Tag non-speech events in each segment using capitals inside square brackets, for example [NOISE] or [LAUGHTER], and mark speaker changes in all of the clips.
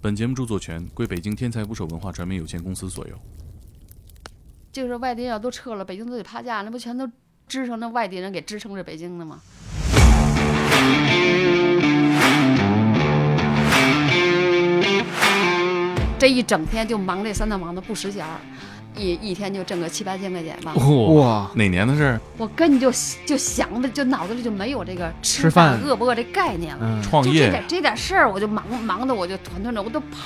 Speaker 1: 本节目著作权归北京天才捕手文化传媒有限公司所有。
Speaker 2: 就是外地要都撤了，北京都得趴架，那不全都支撑着外地人给支撑着北京的吗？这一整天就忙这三大忙的不识闲儿，一一天就挣个七八千块钱吧。
Speaker 3: 哦哇，
Speaker 1: 哪年的事儿？
Speaker 2: 我根本就就想的就脑子里就没有这个
Speaker 3: 吃
Speaker 2: 吃
Speaker 3: 饭
Speaker 2: 饭饿不饿这概念了。
Speaker 3: 嗯，
Speaker 1: 创
Speaker 2: 就这
Speaker 1: 业
Speaker 2: 点这点事儿，我就忙忙的，我就团团转，我都跑，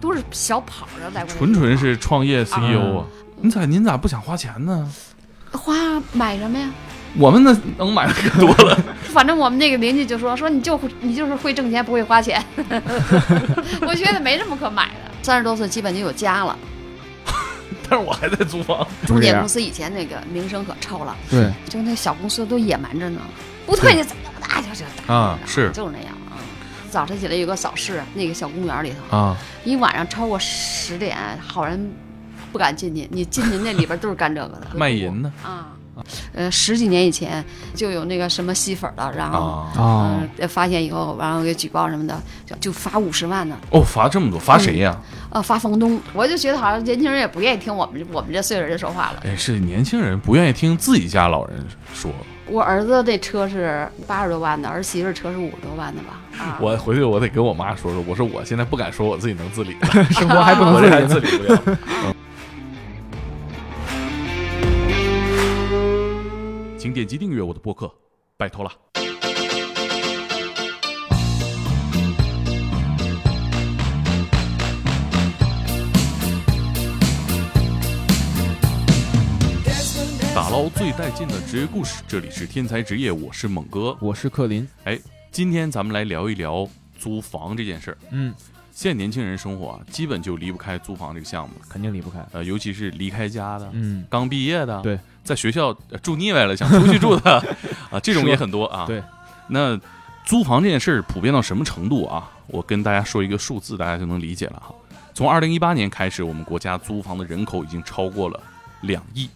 Speaker 2: 都是小跑着来回跑。
Speaker 1: 纯纯是创业 CEO 啊！你咋您咋不想花钱呢？
Speaker 2: 花买什么呀？
Speaker 1: 我们那能买的可多了。
Speaker 2: 反正我们那个邻居就说说你就会你就是会挣钱不会
Speaker 1: [LAUGHS]
Speaker 2: 花钱，我觉得没什么可买的。三十多岁基本就有家了，
Speaker 1: 但是我还在租房。
Speaker 2: 中
Speaker 3: 这
Speaker 2: 介
Speaker 3: 样
Speaker 2: 公司以前那个名声可臭了，
Speaker 3: 对，
Speaker 2: 就那小公司都野蛮着呢，不退就怎么打就就打
Speaker 1: 啊是
Speaker 2: 就是那样啊。早晨起来有个早市，那个小公园里
Speaker 1: [LAUGHS]
Speaker 2: 头，
Speaker 1: 啊，
Speaker 2: 你晚上超过十点，好人不敢进去，你进去那里边都是干这个的
Speaker 1: [LAUGHS] 卖淫呢
Speaker 2: 啊。呃，十几年以前就有那个什么吸粉儿了，然后、
Speaker 1: 啊！
Speaker 3: 哦
Speaker 2: 嗯，，呃发现以后，然后给举报什么的，就就罚五十万呢，
Speaker 1: 哦，罚这么多，罚谁呀？
Speaker 2: 呃，罚房东。我就觉得好像年轻人也不愿意听我们这我们这岁数人说话了。
Speaker 1: 哎，是年轻人不愿意听自己家老人说。
Speaker 2: 我儿子这车是八十多万的，儿媳妇儿车是五十多万的吧？啊，
Speaker 1: 我回去我得跟我妈说说，我说我现在不敢说我自己能自理了，
Speaker 3: [LAUGHS] 生活还不能
Speaker 1: 我
Speaker 3: 自
Speaker 1: 这
Speaker 3: 理
Speaker 1: 还
Speaker 3: 呢
Speaker 1: 自理不了。
Speaker 3: [LAUGHS]
Speaker 1: 嗯请点击订阅我的播客，拜托了。打捞最带劲的职业故事，这里是天才职业，我是猛哥。
Speaker 3: 我是克林，
Speaker 1: 哎，今天咱们来聊一聊租房这件事儿。
Speaker 3: 嗯，
Speaker 1: 现在年轻人生活啊，基本就离不开租房这个项目，
Speaker 3: 肯定离不开，
Speaker 1: 呃，尤其是离开家的，
Speaker 3: 嗯，
Speaker 1: 刚毕业的，
Speaker 3: 对，
Speaker 1: 在学校呃住腻歪了，想出去住的
Speaker 3: [LAUGHS]
Speaker 1: 啊，这种也很多啊。
Speaker 3: 对，
Speaker 1: 那租房这件事儿普遍到什么程度啊？我跟大家说一个数字，大家就能理解了哈。从二零一八年开始，我们国家租房的人口已经超过了两亿，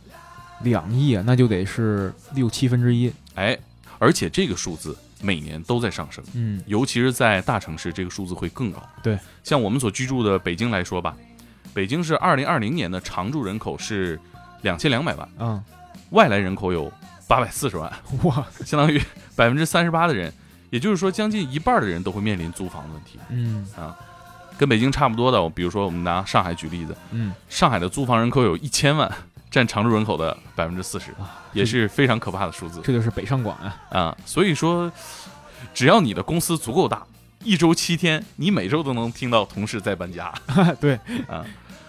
Speaker 3: 两亿啊，那就得是六七分之一，
Speaker 1: 哎，而且这个数字每年都在上升。
Speaker 3: 嗯，
Speaker 1: 尤其是在大城市，这个数字会更高。
Speaker 3: 对，
Speaker 1: 像我们所居住的北京来说吧，北京是二零二零年的常住人口是两千两百万，
Speaker 3: 啊，
Speaker 1: 外来人口有八百四十万，
Speaker 3: 哇，
Speaker 1: 相当于百分之三十八的人，也就是说将近一半的人都会面临租房的问题。
Speaker 3: 嗯
Speaker 1: 跟北京差不多的，我比如说我们拿上海举例子，
Speaker 3: 嗯，
Speaker 1: 上海的租房人口有一千万，占常住人口的百分之四十，
Speaker 3: 啊
Speaker 1: 也，是非常可怕的数字
Speaker 3: 这这就是北上广啊，
Speaker 1: 啊。所以说，只要你的公司足够大。一周七天，你每周都能听到同事在搬家。
Speaker 3: [LAUGHS]
Speaker 1: 啊
Speaker 3: 对，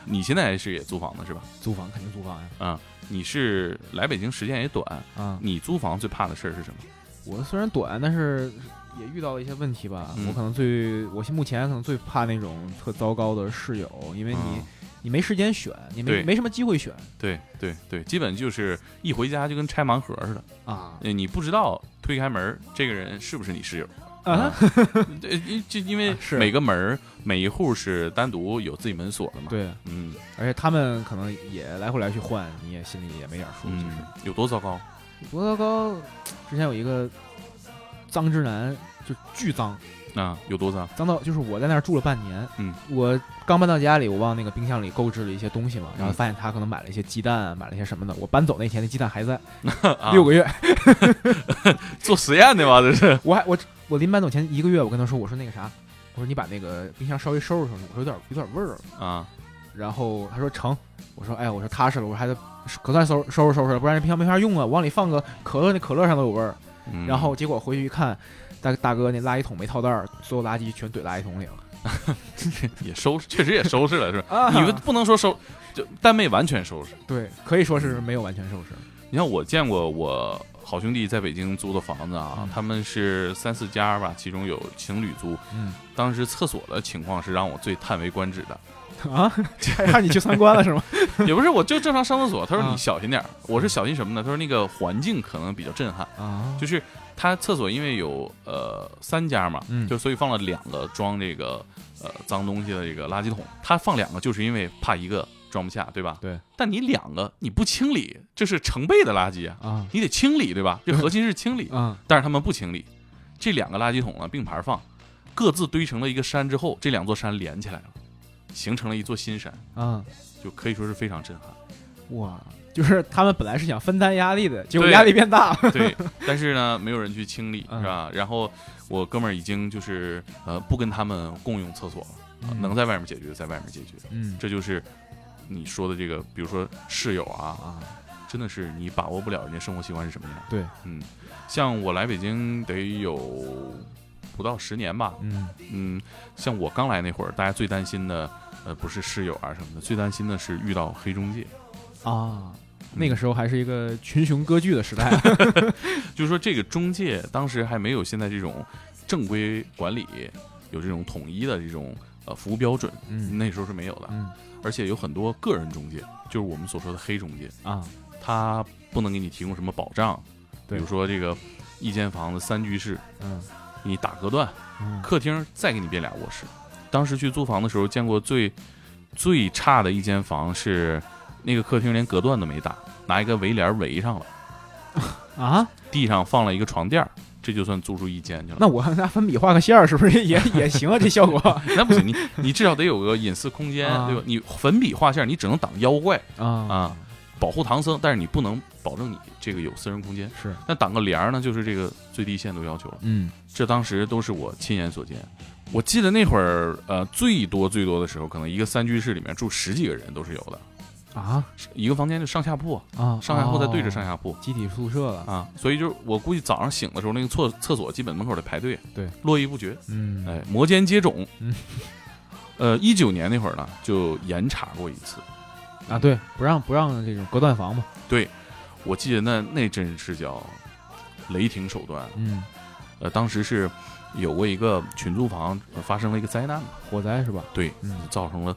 Speaker 1: 你现在是也租房的是吧？
Speaker 3: 租房肯定租房呀，
Speaker 1: 你是来北京时间也短，
Speaker 3: 啊，
Speaker 1: 你租房最怕的事儿是什么？
Speaker 3: 我虽然短，但是也遇到了一些问题吧。
Speaker 1: 嗯
Speaker 3: 我可能最，我现目前可能最怕那种特糟糕的室友，因为你、
Speaker 1: 嗯
Speaker 3: 你没时间选，你
Speaker 1: 对
Speaker 3: 没没什么机会选
Speaker 1: 对对对，基本就是一回家就跟拆盲盒似的，
Speaker 3: 啊
Speaker 1: 呃你不知道推开门儿这个人是不是你室友。
Speaker 3: 啊！
Speaker 1: [LAUGHS] 对，因就因为
Speaker 3: 啊是
Speaker 1: 每个门儿每一户是单独有自己门锁的嘛。，
Speaker 3: 对，
Speaker 1: 嗯
Speaker 3: 而且他们可能也来回来去换，你也心里也没点数。其
Speaker 1: 嗯
Speaker 3: 实，
Speaker 1: 有多糟糕？
Speaker 3: 多糟糕！之前有一个脏直男，就巨脏，
Speaker 1: 啊，有多脏？
Speaker 3: 脏到就是我在那儿住了半年，
Speaker 1: 嗯，
Speaker 3: 我刚搬到家里，我往那个冰箱里购置了一些东西
Speaker 1: 嗯
Speaker 3: 嘛，然后发现他可能买了一些鸡蛋啊，买了一些什么的。我搬走那天，那鸡蛋还在，
Speaker 1: 啊
Speaker 3: [LAUGHS] 六个月。
Speaker 1: 做实验的吗？这是
Speaker 3: 我还我我临搬走前一个月，我跟他说，我说那个啥，我说你把那个冰箱稍微收拾收拾，我说有点有点味儿了。
Speaker 1: 啊，
Speaker 3: 然后他说成，我说哎，我说踏实了，我说还得可算收拾收拾收拾了，不然冰箱没法用了。我往里放个可乐，那可乐上都有味儿。
Speaker 1: 嗯
Speaker 3: 然后结果回去一看，大大哥那垃圾桶没套袋儿，所有垃圾全怼垃圾桶里了。
Speaker 1: 也收拾，确实也收拾了，是
Speaker 3: [LAUGHS]
Speaker 1: 吧？
Speaker 3: 啊
Speaker 1: 你们不能说收，就但没完全收拾。
Speaker 3: 对，可以说是没有完全收拾。
Speaker 1: 你看，我见过我好兄弟在北京租的房子啊
Speaker 3: 嗯，
Speaker 1: 他们是三四家吧，其中有情侣租。
Speaker 3: 嗯
Speaker 1: 当时厕所的情况是让我最叹为观止的，
Speaker 3: [LAUGHS] 啊， [LAUGHS] 还让你去参观了是吗？
Speaker 1: 也不是我就正常上厕所，他说
Speaker 3: 啊
Speaker 1: 你小心点儿，我是小心什么呢？他说那个环境可能比较震撼，
Speaker 3: [LAUGHS] 啊，
Speaker 1: 就是他厕所因为有呃三家嘛，
Speaker 3: 嗯
Speaker 1: 就所以放了两个装这个呃脏东西的这个垃圾桶，他放两个就是因为怕一个装不下，对吧？
Speaker 3: 对。
Speaker 1: 但你两个你不清理，这是成倍的垃圾啊，
Speaker 3: 啊
Speaker 1: 你得
Speaker 3: [LAUGHS]
Speaker 1: 清理对吧？这核心是清理。
Speaker 3: 啊
Speaker 1: 但是他们不清理，这两个垃圾桶呢并排放，各自堆成了一个山之后，这两座山连起来了，形成了一座新山，
Speaker 3: 啊、
Speaker 1: 就可以说是非常震撼。
Speaker 3: [LAUGHS] 哇，就是他们本来是想分担压力的，结果
Speaker 1: 对
Speaker 3: 压力变大
Speaker 1: [LAUGHS]
Speaker 3: 了。
Speaker 1: 对，但是呢，没有人去清理，
Speaker 3: 嗯
Speaker 1: 是吧？然后我哥们儿已经就是呃不跟他们共用厕所了，啊能在外面解决在外面解决，
Speaker 3: 嗯
Speaker 1: 这就是你说的这个，比如说室友啊，
Speaker 3: 啊，
Speaker 1: 真的是你把握不了人家生活习惯是什么样。
Speaker 3: 对，
Speaker 1: 嗯，像我来北京得有不到十年吧，
Speaker 3: 嗯
Speaker 1: 嗯，像我刚来那会儿，大家最担心的呃不是室友啊什么的，最担心的是遇到黑中介。嗯
Speaker 3: 啊，那个时候还是一个群雄割据的
Speaker 1: [LAUGHS]
Speaker 3: 时代。啊
Speaker 1: 就是说这个中介当时还没有现在这种正规管理，有这种统一的这种呃服务标准，
Speaker 3: 嗯
Speaker 1: 那时候是没有的。
Speaker 3: 嗯
Speaker 1: 而且有很多个人中介，就是我们所说的黑中介，
Speaker 3: 啊，
Speaker 1: 他不能给你提供什么保障，比
Speaker 3: 对
Speaker 1: 如说这个一间房子三居室，
Speaker 3: 嗯
Speaker 1: 你打隔断，
Speaker 3: 嗯
Speaker 1: 客厅再给你变俩卧室。当时去租房的时候见过最最差的一间房是那个客厅连隔断都没打，拿一个围帘围上了。
Speaker 3: 啊，
Speaker 1: 地上放了一个床垫儿，这就算租出一间去了。
Speaker 3: 那我拿粉笔画个线儿，是不是也 [LAUGHS] 也行啊？这效果
Speaker 1: 那不行，你你至少得有个隐私空间，
Speaker 3: 啊
Speaker 1: 对吧？你粉笔画线儿，你只能挡妖怪
Speaker 3: 啊
Speaker 1: [LAUGHS] 啊，保护唐僧，但是你不能保证你这个有私人空间。
Speaker 3: 是
Speaker 1: 那挡个帘儿呢，就是这个最低限度要求了。
Speaker 3: 嗯
Speaker 1: 这当时都是我亲眼所见。我记得那会儿，呃，最多最多的时候，可能一个三居室里面住十几个人都是有的，
Speaker 3: 啊
Speaker 1: 一个房间就上下铺，
Speaker 3: 啊，
Speaker 1: 上下铺再对着
Speaker 3: 哦
Speaker 1: 上下铺，
Speaker 3: 集体宿舍了。
Speaker 1: 啊，所以就是我估计早上醒的时候，那个厕厕所基本门口得排队，
Speaker 3: 对，
Speaker 1: 络绎不绝。
Speaker 3: 嗯
Speaker 1: 哎，摩肩接踵。
Speaker 3: 嗯，
Speaker 1: [LAUGHS] 呃，一九年那会儿呢，就严查过一次。
Speaker 3: 啊，对，不让不让这种隔断房嘛。
Speaker 1: 我记得那那真是叫雷霆手段。
Speaker 3: 嗯，
Speaker 1: 呃，当时是有过一个群租房、呃发生了一个灾难嘛，
Speaker 3: 火灾是吧？
Speaker 1: 对，
Speaker 3: 嗯
Speaker 1: 造成了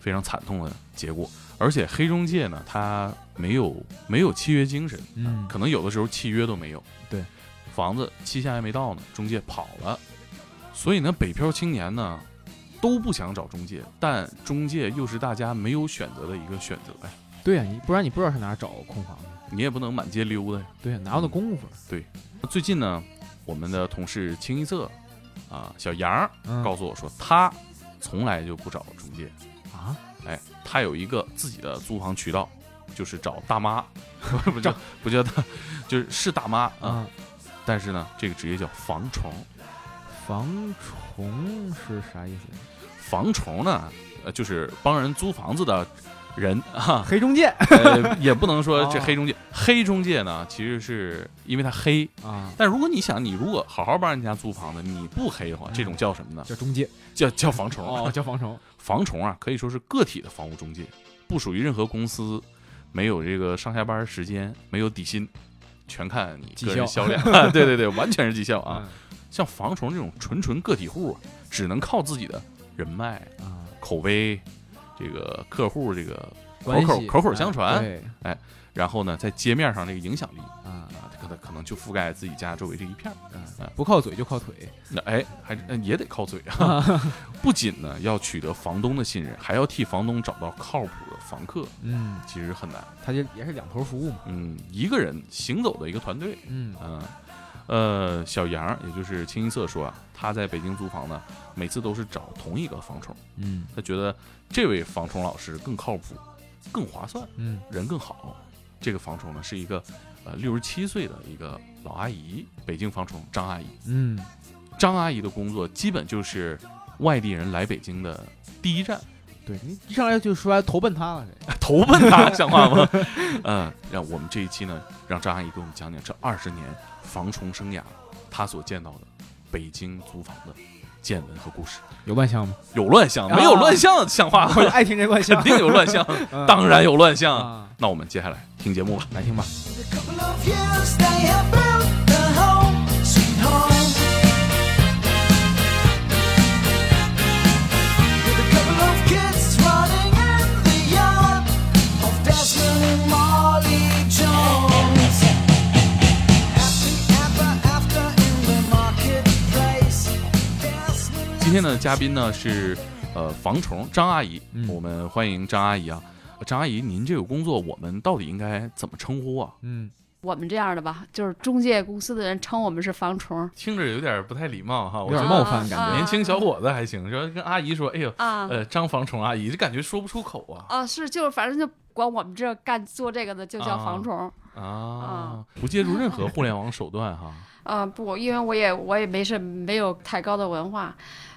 Speaker 1: 非常惨痛的结果。而且黑中介呢，他没有没有契约精神，
Speaker 3: 嗯
Speaker 1: 可能有的时候契约都没有。
Speaker 3: 对，
Speaker 1: 房子期限还没到呢，中介跑了，所以呢，北漂青年呢都不想找中介，但中介又是大家没有选择的一个选择呀，
Speaker 3: 对呀、你不然你不知道上哪儿找空房去。
Speaker 1: 你也不能满街溜达呀。
Speaker 3: 对啊呀、哪
Speaker 1: 嗯
Speaker 3: 有那功夫？
Speaker 1: 最近呢，我们的同事清一色啊，小杨儿
Speaker 3: 嗯
Speaker 1: 告诉我说，他从来就不找中介，
Speaker 3: 啊，
Speaker 1: 哎，他有一个自己的租房渠道。就是找大妈， [LAUGHS] 不叫不叫大，就是是大妈啊。
Speaker 3: 啊，
Speaker 1: 但是呢，这个职业叫房虫，
Speaker 3: 防虫是啥意思？，
Speaker 1: 房虫呢，呃，就是帮人租房子的人 [LAUGHS] 啊
Speaker 3: [LAUGHS] 黑中介
Speaker 1: 呃，也不能说这
Speaker 3: 哦
Speaker 1: 黑中介。黑中介呢，其实是因为他黑，
Speaker 3: 啊，
Speaker 1: 但如果你想，你如果好好帮人家租房子，你不黑的话，这种叫什么呢？
Speaker 3: 叫中介
Speaker 1: 叫叫房虫。
Speaker 3: 嗯哦， [LAUGHS] 叫防虫
Speaker 1: 房虫啊，可以说是个体的房屋中介，不属于任何公司，没有这个上下班时间，没有底薪，全看你个人
Speaker 3: 绩效
Speaker 1: 销
Speaker 3: 嗯
Speaker 1: 量。啊 [LAUGHS] 对对对，完全是绩效啊。 [LAUGHS] 像房虫这种纯纯个体户啊，只能靠自己的人脉、
Speaker 3: 嗯啊，
Speaker 1: 口碑，这个客户这个口
Speaker 3: 关
Speaker 1: 口
Speaker 3: 系
Speaker 1: 口口相
Speaker 3: 哎
Speaker 1: 传，
Speaker 3: 对
Speaker 1: 然后呢，在街面上这个影响力
Speaker 3: 啊，
Speaker 1: 啊，可能可能就覆盖自己家周围这一片儿。啊
Speaker 3: 嗯不靠嘴就靠腿
Speaker 1: 那哎，还呃也得靠嘴
Speaker 3: [LAUGHS]
Speaker 1: 啊！不仅呢要取得房东的信任，还要替房东找到靠谱的房客，
Speaker 3: 嗯，
Speaker 1: 其实很难。
Speaker 3: 他就也是两头服务嘛，
Speaker 1: 嗯，一个人行走的一个团队。
Speaker 3: 嗯
Speaker 1: 嗯，呃，小杨也就是清一色说啊，他在北京租房呢，每次都是找同一个房虫，
Speaker 3: 嗯
Speaker 1: 他觉得这位房虫老师更靠谱，更划算。
Speaker 3: 嗯
Speaker 1: 人更好。这个房虫呢是一个呃六十七岁的一个老阿姨，北京房虫张阿姨。
Speaker 3: 嗯，
Speaker 1: 张阿姨的工作基本就是外地人来北京的第一站，
Speaker 3: 对你一上来就说投奔他了，这
Speaker 1: 投奔她，像话 [LAUGHS] 吗？嗯，让我们这一期呢，让张阿姨给我们讲讲这二十年房虫生涯她所见到的北京租房的见闻和故事。
Speaker 3: 有乱象吗？ [LAUGHS]
Speaker 1: 有乱象，
Speaker 3: 啊
Speaker 1: 没有乱象，像话
Speaker 3: 我就
Speaker 1: 吗？
Speaker 3: 爱听这乱
Speaker 1: 肯
Speaker 3: 象，
Speaker 1: 定有乱 [LAUGHS] 象，
Speaker 3: 嗯
Speaker 1: 当然有乱象。
Speaker 3: 啊，
Speaker 1: 那我们接下来听节目吧。
Speaker 3: 来听吧，
Speaker 4: A couple of years they have built the home, sweet home. With a couple of kids running in the yard of Desmond and Molly Jones. Happy ever after in the marketplace. Desmond
Speaker 1: 今天的嘉宾呢是呃防虫张阿姨，
Speaker 3: 嗯
Speaker 1: 我们欢迎张阿姨啊。呃张阿姨，您这个工作我们到底应该怎么称呼啊？
Speaker 3: 嗯，
Speaker 2: 我们这样的吧，就是中介公司的人称我们是房虫，
Speaker 1: 听着有点不太礼貌哈。
Speaker 3: 有
Speaker 1: 我觉
Speaker 3: 点
Speaker 1: 得
Speaker 3: 冒犯感觉
Speaker 2: 啊
Speaker 1: 年轻小伙子还行，说跟阿姨说，哎呦，
Speaker 2: 啊
Speaker 1: 呃，张房虫阿姨，这感觉说不出口啊
Speaker 2: 啊，是就是反正就管我们这干做这个的就叫
Speaker 1: 啊
Speaker 2: 房虫。
Speaker 1: 啊！不借助任何互联网手段哈，
Speaker 2: 啊、不，因为我也我也没是没有太高的文化，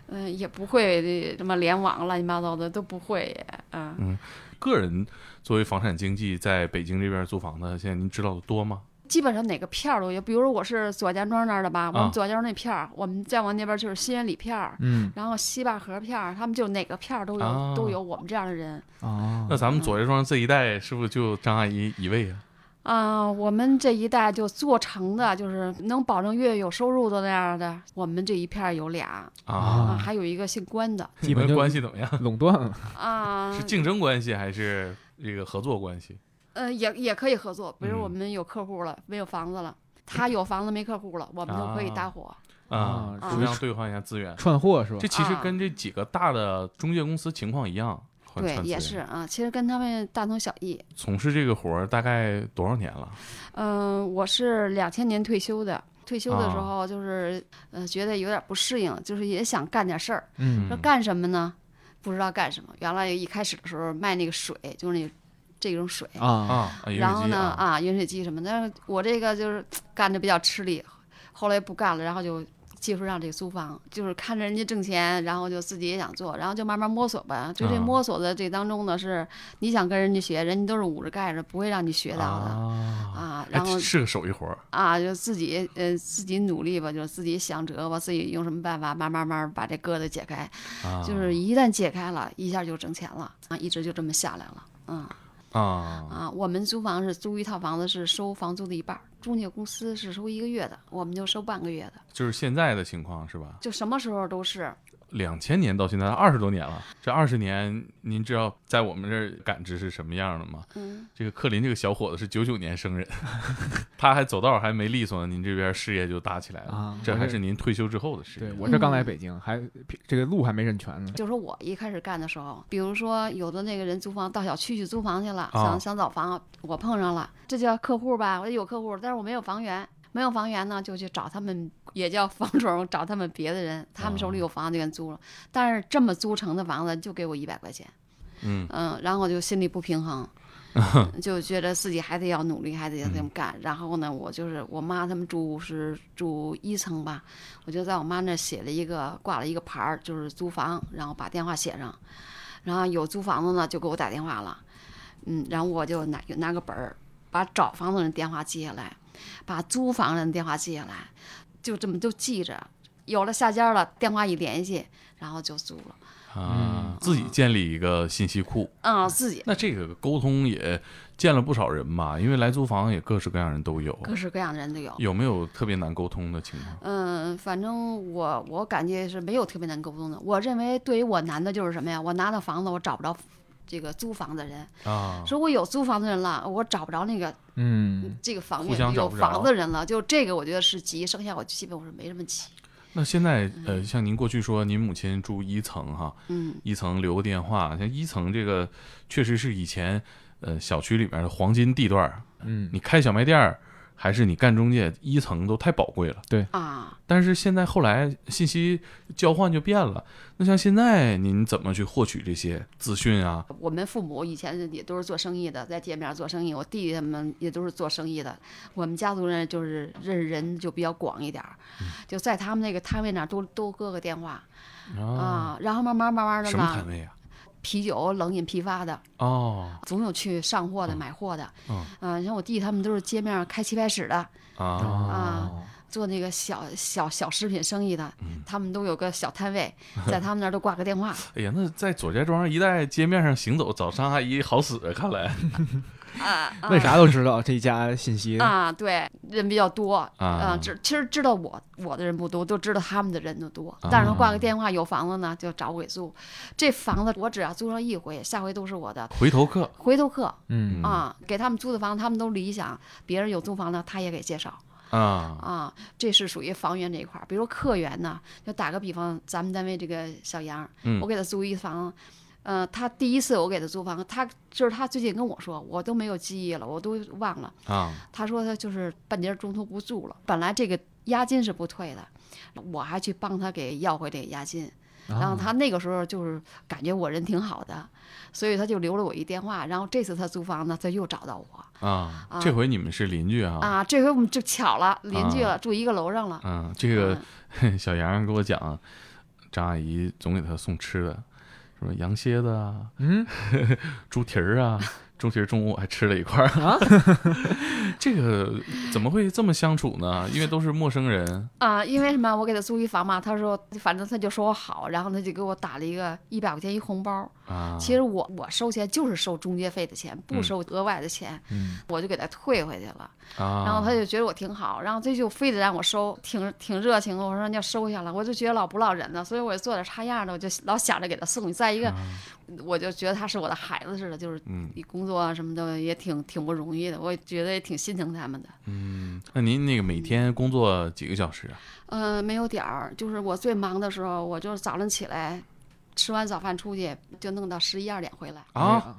Speaker 2: 嗯、也不会什么联网乱七八糟的都不会也，嗯、
Speaker 1: 个人作为房产经纪在北京这边租房的，现在您知道的多吗？
Speaker 2: 基本上哪个片儿都有，比如说我是左家庄那儿的吧，我
Speaker 1: 啊
Speaker 2: 们左家庄那片儿，我们再往那边就是新源里片儿，
Speaker 3: 嗯
Speaker 2: 然后西坝河片儿，他们就哪个片儿都有、
Speaker 1: 啊
Speaker 2: 都有我们这样的人。
Speaker 3: 啊
Speaker 1: 那咱们
Speaker 2: 嗯
Speaker 1: 左家庄这一带是不是就张阿姨一位啊？
Speaker 2: 啊、我们这一带就做成的，就是能保证月月有收入的那样的，我们这一片儿有俩啊、
Speaker 1: 啊，
Speaker 3: 啊
Speaker 2: 还有一个姓关的
Speaker 1: 你
Speaker 3: 基
Speaker 1: 们
Speaker 3: 本就
Speaker 1: 关系怎么样？
Speaker 3: 垄断了，
Speaker 2: 啊，
Speaker 1: 是竞争关系还是这个合作关系？
Speaker 2: 呃，也也可以合作，比如
Speaker 1: 嗯
Speaker 2: 我们有客户了，没有房子了，他有房子没客户了，我们就可以搭伙。
Speaker 1: 啊，
Speaker 2: 啊
Speaker 1: 互相兑换一下资源。
Speaker 3: [LAUGHS] 串货是吧
Speaker 1: 这？其实
Speaker 2: 啊
Speaker 1: 跟这几个大的中介公司情况一样，好像
Speaker 2: 对
Speaker 1: 串，资
Speaker 2: 也
Speaker 1: 源
Speaker 2: 是啊，其实跟他们大同小异。
Speaker 1: 从事这个活儿大概多少年了？
Speaker 2: 嗯、我是两千年退休的。退休的时
Speaker 1: 啊
Speaker 2: 候就是，呃，觉得有点不适应，就是也想干点事儿。
Speaker 3: 嗯
Speaker 2: 说干什么呢？不知道干什么。原来一开始的时候卖那个水，就是那这种水，
Speaker 3: 啊
Speaker 1: 啊，饮水
Speaker 2: 然后
Speaker 1: 机
Speaker 2: 呢
Speaker 1: 啊，
Speaker 2: 啊，饮水机什么的。但是我这个就是干的比较吃力，后来不干了，然后就接触上这个租房，就是看着人家挣钱，然后就自己也想做，然后就慢慢摸索吧。就这
Speaker 1: 啊
Speaker 2: 摸索的这当中呢，是你想跟人家学，人家都是捂着盖着，不会让你学到的。
Speaker 1: 啊，
Speaker 2: 啊，
Speaker 1: 哎
Speaker 2: 然后
Speaker 1: 是个手艺活儿
Speaker 2: 啊，就自己呃自己努力吧，就是自己想辙吧，自己用什么办法，慢慢慢慢把这疙瘩解开。
Speaker 1: 啊，
Speaker 2: 就是一旦解开了，一下就挣钱了啊，一直就这么下来了。嗯
Speaker 1: 啊
Speaker 2: 啊，我们租房是租一套房子是收房租的一半儿，中介公司是收一个月的，我们就收半个月的，
Speaker 1: 就是现在的情况是吧？
Speaker 2: 就什么时候都是。
Speaker 1: 两千年到现在二十多年了，这二十年您知道在我们这儿感知是什么样的吗？
Speaker 2: 嗯，
Speaker 1: 这个克林这个小伙子是九九年生人， [LAUGHS] 他还走道还没利索呢，您这边事业就搭起来了，
Speaker 3: 啊
Speaker 1: 这还是您退休之后的事
Speaker 3: 对
Speaker 1: 业。
Speaker 3: 我这刚来北京，还这个路还没认全呢。
Speaker 2: 就说我一开始干的时候，比如说有的那个人租房到小区去租房去了，
Speaker 1: 啊
Speaker 2: 想想找房，我碰上了，这叫客户吧？我有客户，但是我没有房源。没有房源呢，就去找他们，也叫房主， [LAUGHS] 找他们别的人，他们手里有房就给租了。但是这么租成的房子就给我一百块钱，
Speaker 1: 嗯
Speaker 2: 嗯，然后我就心里不平衡，就觉得自己还得要努力，还得要这么干。然后呢，我就是我妈他们住是住一层吧，我就在我妈那儿写了一个挂了一个牌儿，就是租房，然后把电话写上，然后有租房子呢就给我打电话了，嗯，然后我就拿拿个本儿，把找房子的人电话记下来，把租房人电话记下来，就这么就记着。有了下家了，电话一联系，然后就租了。
Speaker 3: 嗯
Speaker 1: 啊，自己建立一个信息库，
Speaker 2: 啊、自己
Speaker 1: 那这个沟通也见了不少人吧？因为来租房也各式各样人都有，
Speaker 2: 各式各样的人都有。
Speaker 1: 有没有特别难沟通的情况？
Speaker 2: 嗯，反正我我感觉是没有特别难沟通的。我认为对于我难的就是什么呀？我拿到房子，我找不着这个租房的人；
Speaker 1: 啊，
Speaker 2: 如果有租房的人了，我找不着那个
Speaker 3: 嗯，
Speaker 2: 这个房
Speaker 1: 互相
Speaker 2: 源
Speaker 1: 找
Speaker 2: 有
Speaker 1: 不
Speaker 2: 房
Speaker 1: 着
Speaker 2: 子人了，就这个我觉得是急。剩下我基本我是没什么急。
Speaker 1: 那现在呃，像您过去说您母亲住一层哈，
Speaker 2: 嗯，
Speaker 1: 一层留个电话，像一层这个确实是以前呃小区里面的黄金地段儿，
Speaker 3: 嗯，
Speaker 1: 你开小卖店儿还是你干中介，一层都太宝贵了。
Speaker 2: 啊，
Speaker 1: 但是现在后来信息交换就变了，那像现在您怎么去获取这些资讯啊？
Speaker 2: 我们父母以前也都是做生意的，在街面做生意。我弟弟他们也都是做生意的。我们家族人就是认识人就比较广一点儿，
Speaker 1: 嗯
Speaker 2: 就在他们那个摊位那儿都都搁个电话
Speaker 1: 哦
Speaker 2: 啊，然后慢慢慢慢的
Speaker 1: 什么摊
Speaker 2: 吧，
Speaker 1: 位啊？
Speaker 2: 啤酒冷饮批发的。
Speaker 1: 哦
Speaker 2: 总有去上货的、买货的。
Speaker 1: 嗯
Speaker 2: 啊，你像我弟他们都是街面儿开棋牌室的，
Speaker 1: 啊
Speaker 2: 啊，做那个小小小食品生意的，他们都有个小摊位，在他们那儿都挂个电话。
Speaker 1: 哎呀，那在左家庄一带街面上行走，找张阿姨好使啊！看来
Speaker 2: 啊，啊
Speaker 3: 为啥都知道这一家信息
Speaker 2: 啊，对，人比较多呃
Speaker 1: 啊
Speaker 2: 知其实知道我我的人不多，都知道他们的人就多。但是挂个电话，有房子呢就找我给租。这房子我只要租上一回，下回都是我的
Speaker 1: 回头客
Speaker 2: 回头客
Speaker 3: 嗯
Speaker 2: 啊。给他们租的房，他们都理想，别人有租房的，他也给介绍。
Speaker 1: 啊，
Speaker 2: 啊，这是属于房源这一块儿。比如说客源呢，就打个比方，咱们单位这个小杨儿，
Speaker 1: 嗯
Speaker 2: 我给他租一房，呃，他第一次我给他租房，他就是他最近跟我说，我都没有记忆了，我都忘了。
Speaker 1: 啊，
Speaker 2: 他说他就是半截儿中途不住了，本来这个押金是不退的，我还去帮他给要回这个押金。
Speaker 1: 啊
Speaker 2: 然后他那个时候就是感觉我人挺好的，所以他就留了我一电话。然后这次他租房呢，他又找到我
Speaker 1: 啊，这回你们是邻居啊。
Speaker 2: 啊，这回我们就巧了，邻居了，住一个楼上了。啊
Speaker 1: 嗯，啊这个 [LAUGHS] 小杨跟我讲啊，张阿姨总给他送吃的，什么羊蝎子啊，
Speaker 3: 嗯，
Speaker 1: [LAUGHS] 猪蹄儿啊，猪蹄儿中午我还吃了一块儿啊。 [LAUGHS] 这个怎么会这么相处呢？因为都是陌生人
Speaker 2: 啊，因为什么？我给他租一房嘛，他说反正他就说我好，然后他就给我打了一个一百块钱一红包。
Speaker 1: 啊。
Speaker 2: 其实我我收钱就是收中介费的钱，不
Speaker 1: 嗯
Speaker 2: 收额外的钱，
Speaker 3: 嗯
Speaker 2: 我就给他退回去了。
Speaker 1: 啊，
Speaker 2: 然后他就觉得我挺好，然后这就非得让我收，挺挺热情的。我说你要收下了，我就觉得老不落人的，所以我就做点差样的，我就老想着给他送。再一个，我就觉得他是我的孩子似的，就是
Speaker 1: 啊嗯
Speaker 2: 工作啊什么的也挺挺不容易的，我也觉得也挺心疼他们的。
Speaker 1: 嗯，那您那个每天工作几个小时啊？
Speaker 2: 嗯，没有点儿，就是我最忙的时候，我就是早上起来，吃完早饭出去就弄到十一二点回来，
Speaker 1: 啊，，
Speaker 3: 哎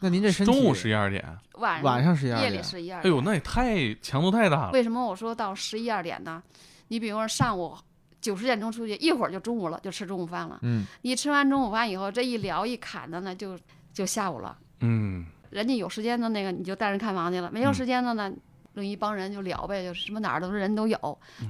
Speaker 3: 那您这身体
Speaker 1: 中午十一二点。
Speaker 2: 晚
Speaker 3: 晚上11-12
Speaker 2: 夜里
Speaker 3: 点啊
Speaker 2: 十一二。
Speaker 1: 哎呦，那也太强度太大了。
Speaker 2: 为什么我说到十一二点呢？你比如说上午九十点钟出去，一会儿就中午了，就吃中午饭了。
Speaker 3: 嗯，
Speaker 2: 你吃完中午饭以后，这一聊一侃的呢，就就下午了。
Speaker 1: 嗯
Speaker 2: 人家有时间的那个你就带人看房去了，没有
Speaker 1: 嗯
Speaker 2: 时间的呢，弄一帮人就聊呗，就是什么哪儿的人都有，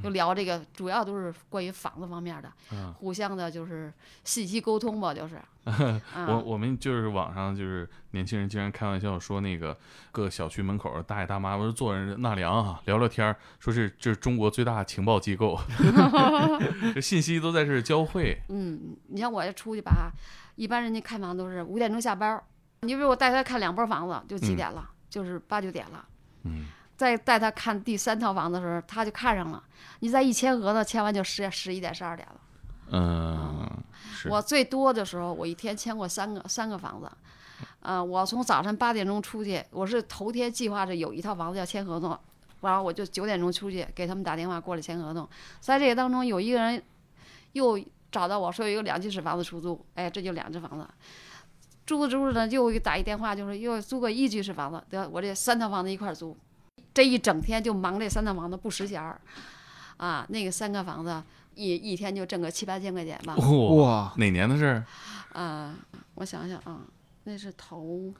Speaker 2: 就聊这个，主要都是关于房子方面的，
Speaker 1: 嗯，
Speaker 2: 互相的就是信息沟通
Speaker 1: [LAUGHS]
Speaker 2: 吧，就是。啊
Speaker 1: 我我们就是网上就是年轻人经常开玩笑说那个各小区门口儿大爷大妈不是坐着纳凉啊聊聊天儿，说是这是中国最大情报机
Speaker 2: [LAUGHS]
Speaker 1: 构，这信息都在这儿交汇。
Speaker 2: 嗯，你像我要出去吧，一般人家看房都是五点钟下班儿。你比如我带他看两波房子，就几
Speaker 1: 嗯
Speaker 2: 点了？就是八九点了。
Speaker 1: 嗯，
Speaker 2: 再带他看第三套房子的时候，他就看上了。你再一签合同，签完就十十一点、十二点了。啊
Speaker 1: 嗯，是
Speaker 2: 我最多的时候，我一天签过三个三个房子。呃，我从早上八点钟出去，我是头天计划着有一套房子要签合同，然后我就九点钟出去给他们打电话过来签合同。在这个当中，有一个人又找到我说有一个两居室房子出租，哎，这就两只房子。租着租着呢，又打一电话，就是又租个一居室房子，得我这三套房子一块儿租，这一整天就忙这三套房子不识闲儿，啊，那个三个房子一一天就挣个七八千块钱吧。
Speaker 1: 哇，
Speaker 3: 哇，
Speaker 1: 哪年的事儿？
Speaker 2: 啊、我想想啊，那是头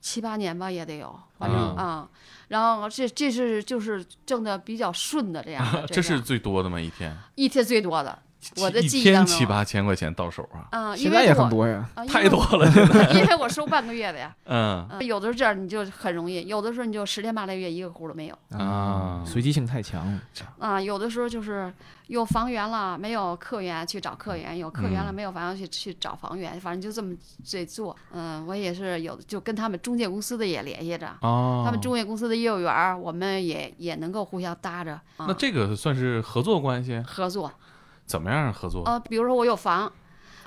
Speaker 2: 七八年吧，也得有，反正
Speaker 1: 嗯，
Speaker 2: 啊、然后这这是就是挣的比较顺的这样的
Speaker 1: [LAUGHS] 这是
Speaker 2: 样
Speaker 1: 最多的吗？一天，
Speaker 2: 一天最多的我的
Speaker 1: 一
Speaker 2: 记忆
Speaker 1: 天
Speaker 2: 当中
Speaker 1: 七八千块钱到手啊，
Speaker 2: 啊、因
Speaker 3: 现
Speaker 2: 为
Speaker 3: 在也
Speaker 2: 我
Speaker 3: 很，多呀。
Speaker 2: 啊因
Speaker 1: 太
Speaker 2: 为
Speaker 1: 多
Speaker 2: 我
Speaker 1: 了。
Speaker 2: [LAUGHS]
Speaker 1: 现在
Speaker 2: 因为我收半个月的呀，
Speaker 1: 嗯
Speaker 2: 啊有的时候这样你就很容易，有的时候你就十天八个月一个窟窿没有
Speaker 1: 啊，
Speaker 3: 随机性太强了，
Speaker 2: 啊、有的时候就是有房源了没有客源去找客源，有客源了
Speaker 1: 嗯
Speaker 2: 没有房源去去找房源，反正就这么这做。嗯、我也是有就跟他们中介公司的也联系着，
Speaker 1: 哦，
Speaker 2: 他们中介公司的业务员儿，我们也也能够互相搭着。啊、
Speaker 1: 那这哦个算是合作关系？
Speaker 2: 合作
Speaker 1: 怎么样合作？
Speaker 2: 呃，比如说我有房，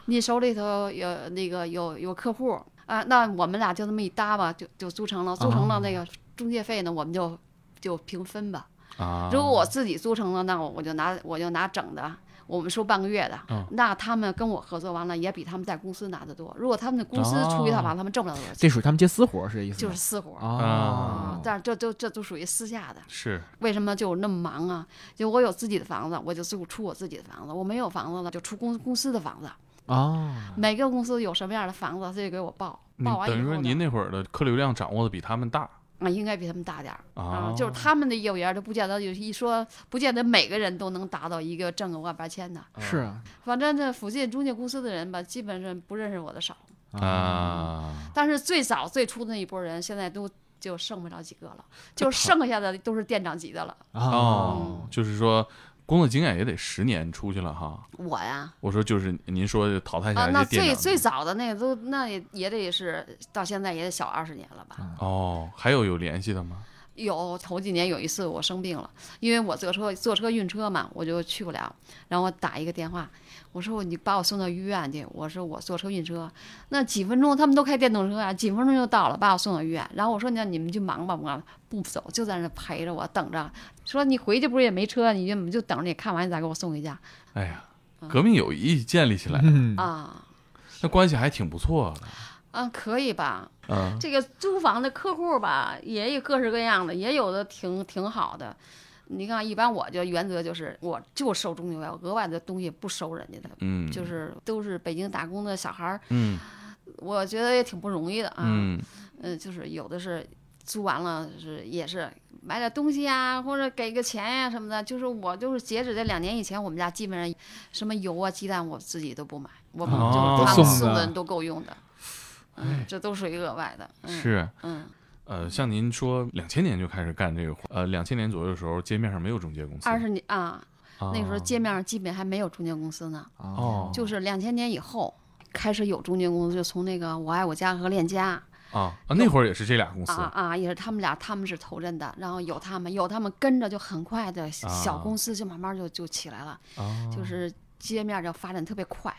Speaker 2: 你手里头有那个有有客户啊、那我们俩就这么一搭吧，就就租成了，租成了那
Speaker 1: 哦
Speaker 2: 个中介费呢，我们就就平分吧。
Speaker 1: 啊，
Speaker 2: 如果我自己租成了，那我我就拿我就拿整的。我们收半个月的，
Speaker 1: 嗯
Speaker 2: 那他们跟我合作完了，也比他们在公司拿的多。如果他们的公司出一套
Speaker 1: 哦
Speaker 2: 房，他们挣不了多少钱，
Speaker 3: 这属于他们接私活儿是这意思
Speaker 2: 就
Speaker 3: 吗？
Speaker 2: 是私活儿
Speaker 1: 啊
Speaker 2: 啊。但是这都这都属于私下的。
Speaker 1: 是
Speaker 2: 为什么就那么忙啊？就我有自己的房子，我就出出我自己的房子；我没有房子了，就出公公司的房子。
Speaker 3: 啊，
Speaker 2: 每个公司有什么样的房子，他就给我报，
Speaker 1: 你
Speaker 2: 报完以
Speaker 1: 等于
Speaker 2: 后
Speaker 1: 说
Speaker 2: 呢
Speaker 1: 您那会儿的客流量掌握的比他们大
Speaker 2: 啊，应该比他们大点儿
Speaker 1: 啊，
Speaker 2: 就是他们的业务员都不见得有一说，不见得每个人都能达到一个挣个万八千的。
Speaker 3: 是啊
Speaker 2: 反正这附近中介公司的人吧，基本上不认识我的少。
Speaker 1: 啊，
Speaker 2: 但是最早最初的那一波人，现在都就剩不着几个了，就剩下的都是店长级的了。
Speaker 3: 啊，
Speaker 1: 哦，就是说工作经验也得十年出去了哈。
Speaker 2: 我呀，
Speaker 1: 我说就是您说淘汰下
Speaker 2: 啊，
Speaker 1: 来
Speaker 2: 那
Speaker 1: 这店长
Speaker 2: 最最早的那个都那也也得是到现在也得小二十年了吧？
Speaker 1: 哦，还有有联系的吗？
Speaker 2: 有头几年有一次我生病了，因为我坐车坐车晕车嘛，我就去不了。然后我打一个电话，我说你把我送到医院去。我说我坐车晕车，那几分钟他们都开电动车啊，几分钟就到了，把我送到医院。然后我说那你们去忙吧，我不走，就在那陪着我等着。说你回去不是也没车，你就你就等着你看完你再给我送回家
Speaker 1: 哎呀，革命友谊建立起来，
Speaker 3: 嗯，
Speaker 2: 啊。
Speaker 1: 那关系还挺不错的。
Speaker 2: 啊，可以吧？
Speaker 1: 嗯，
Speaker 2: 这个租房的客户吧，也有各式各样的，也有的挺挺好的。你看，一般我就原则就是，我就收中介费，我额外的东西不收人家的，
Speaker 1: 嗯，
Speaker 2: 就是都是北京打工的小孩儿，
Speaker 1: 嗯
Speaker 2: 我觉得也挺不容易的啊。
Speaker 1: 嗯
Speaker 2: 嗯，就是有的是租完了是也是买点东西呀、或者给个钱呀、什么的。就是我就是截止这两年以前，我们家基本上什么油啊、鸡蛋我自己都不买，我们
Speaker 1: 哦
Speaker 2: 就是他
Speaker 1: 都送
Speaker 2: 们
Speaker 1: 哎
Speaker 2: 送
Speaker 3: 的
Speaker 2: 的都够用的。嗯，这都属于额外的。嗯，
Speaker 1: 是。
Speaker 2: 嗯，
Speaker 1: 呃，像您说，两千年就开始干这个活，呃，两千年左右的时候，街面上没有中介公司，
Speaker 2: 二十年啊，
Speaker 1: 啊
Speaker 2: 那时候街面上基本还没有中介公司呢，
Speaker 1: 哦，
Speaker 2: 就是两千年以后开始有中介公司，就从那个我爱我家和链家。
Speaker 1: 啊啊，那会儿也是这俩公司
Speaker 2: 啊啊，也是他们俩，他们是头阵的，然后有他们，有他们跟着，就很快的小小
Speaker 1: 啊
Speaker 2: 公司就慢慢就就起来了，
Speaker 1: 啊，
Speaker 2: 就是街面儿就发展特别快。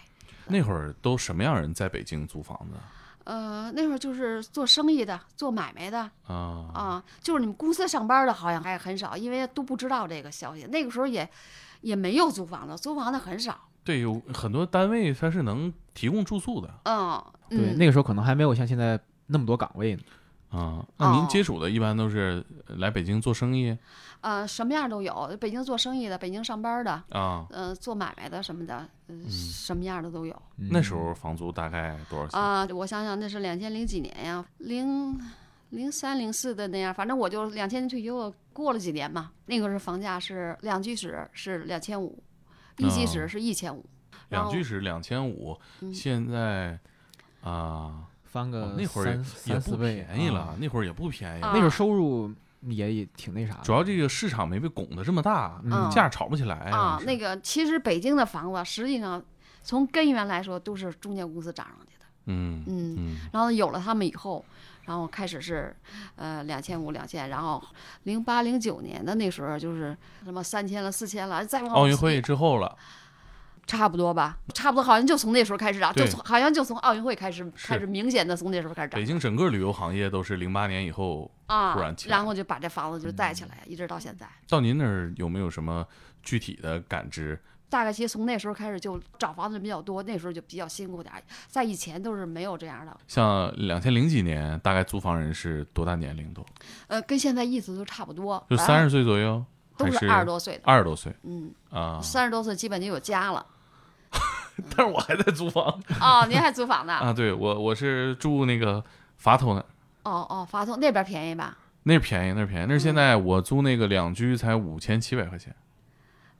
Speaker 1: 那会儿都什么样人在北京租房子
Speaker 2: 呃，那会儿就是做生意的、做买卖的
Speaker 1: 啊？
Speaker 2: 啊，就是你们公司上班的，好像还很少，因为都不知道这个消息。那个时候也也没有租房子，租房子很少。
Speaker 1: 对，有很多单位它是能提供住宿的
Speaker 2: 嗯，
Speaker 3: 对，
Speaker 2: 嗯
Speaker 3: 那个时候可能还没有像现在那么多岗位呢。
Speaker 1: 啊。那您
Speaker 2: 哦
Speaker 1: 接触的一般都是来北京做生意
Speaker 2: 呃，什么样都有，北京做生意的，北京上班的，
Speaker 1: 啊？
Speaker 2: 呃，做买卖的什么的，呃什么样的都有。
Speaker 3: 嗯
Speaker 1: 那时候房租大概多少钱？
Speaker 2: 啊、我想想，那是两千零几年呀，零零三零四的那样，反正我就两千年退休了，过了几年嘛，那个时候房价是两居室是两千五，一居室
Speaker 1: 哦
Speaker 2: 是一千五，然
Speaker 1: 两
Speaker 2: 后
Speaker 1: 居室两千五，
Speaker 2: 哦嗯
Speaker 1: 现在啊，
Speaker 3: 翻个
Speaker 1: 哦那会儿也
Speaker 3: 呃三
Speaker 1: 也
Speaker 3: 三
Speaker 1: 不
Speaker 3: 四倍
Speaker 1: 便宜了
Speaker 3: 啊，
Speaker 1: 那会儿也不便宜了
Speaker 2: 啊
Speaker 3: 那时候收入也也挺那啥的。
Speaker 1: 主要这个市场没被拱得这么大，
Speaker 2: 嗯
Speaker 1: 价炒不起来
Speaker 2: 啊，那
Speaker 1: 个
Speaker 2: 个其实北京的房子实际上从根源来说都是中介公司涨上去的，
Speaker 1: 嗯
Speaker 2: 嗯，
Speaker 1: 嗯
Speaker 2: 然后有了他们以后。然后开始是，呃，两千五、两千，然后零八零九年的那时候就是什么三千了、四千了，再往
Speaker 1: 奥运
Speaker 2: 起
Speaker 1: 会之后了，
Speaker 2: 差不多吧，差不多好像就从那时候开始涨，
Speaker 1: 对
Speaker 2: 就从好像就从奥运会开始
Speaker 1: 是
Speaker 2: 开始明显的从那时候开始涨
Speaker 1: 北京整个旅游行业都是零八年以后。
Speaker 2: 啊，
Speaker 1: 突然起来嗯
Speaker 2: 然后就把这房子就带起来，一直到现在。
Speaker 1: 到您那儿有没有什么具体的感知？
Speaker 2: 大概其实从那时候开始就找房子比较多，那时候就比较辛苦点儿，在以前都是没有这样的，
Speaker 1: 像两千零几年，大概租房人是多大年龄都？
Speaker 2: 呃，跟现在意思都差不多，
Speaker 1: 就
Speaker 2: 反
Speaker 1: 三
Speaker 2: 正
Speaker 1: 十岁左右，
Speaker 2: 都
Speaker 1: 还是
Speaker 2: 二十多岁的，
Speaker 1: 二十多岁
Speaker 2: 嗯，
Speaker 1: 啊？
Speaker 2: 三十多岁基本就有家了
Speaker 1: [LAUGHS] 但是我还在租房
Speaker 2: 哦，您还租
Speaker 1: [LAUGHS]
Speaker 2: 房呢？
Speaker 1: 啊！对我我是住那个垡头那，
Speaker 2: 哦哦，法桐那边便宜吧？
Speaker 1: 那便宜那便宜，那是
Speaker 2: 嗯
Speaker 1: 现在我租那个两居才五千七百块钱，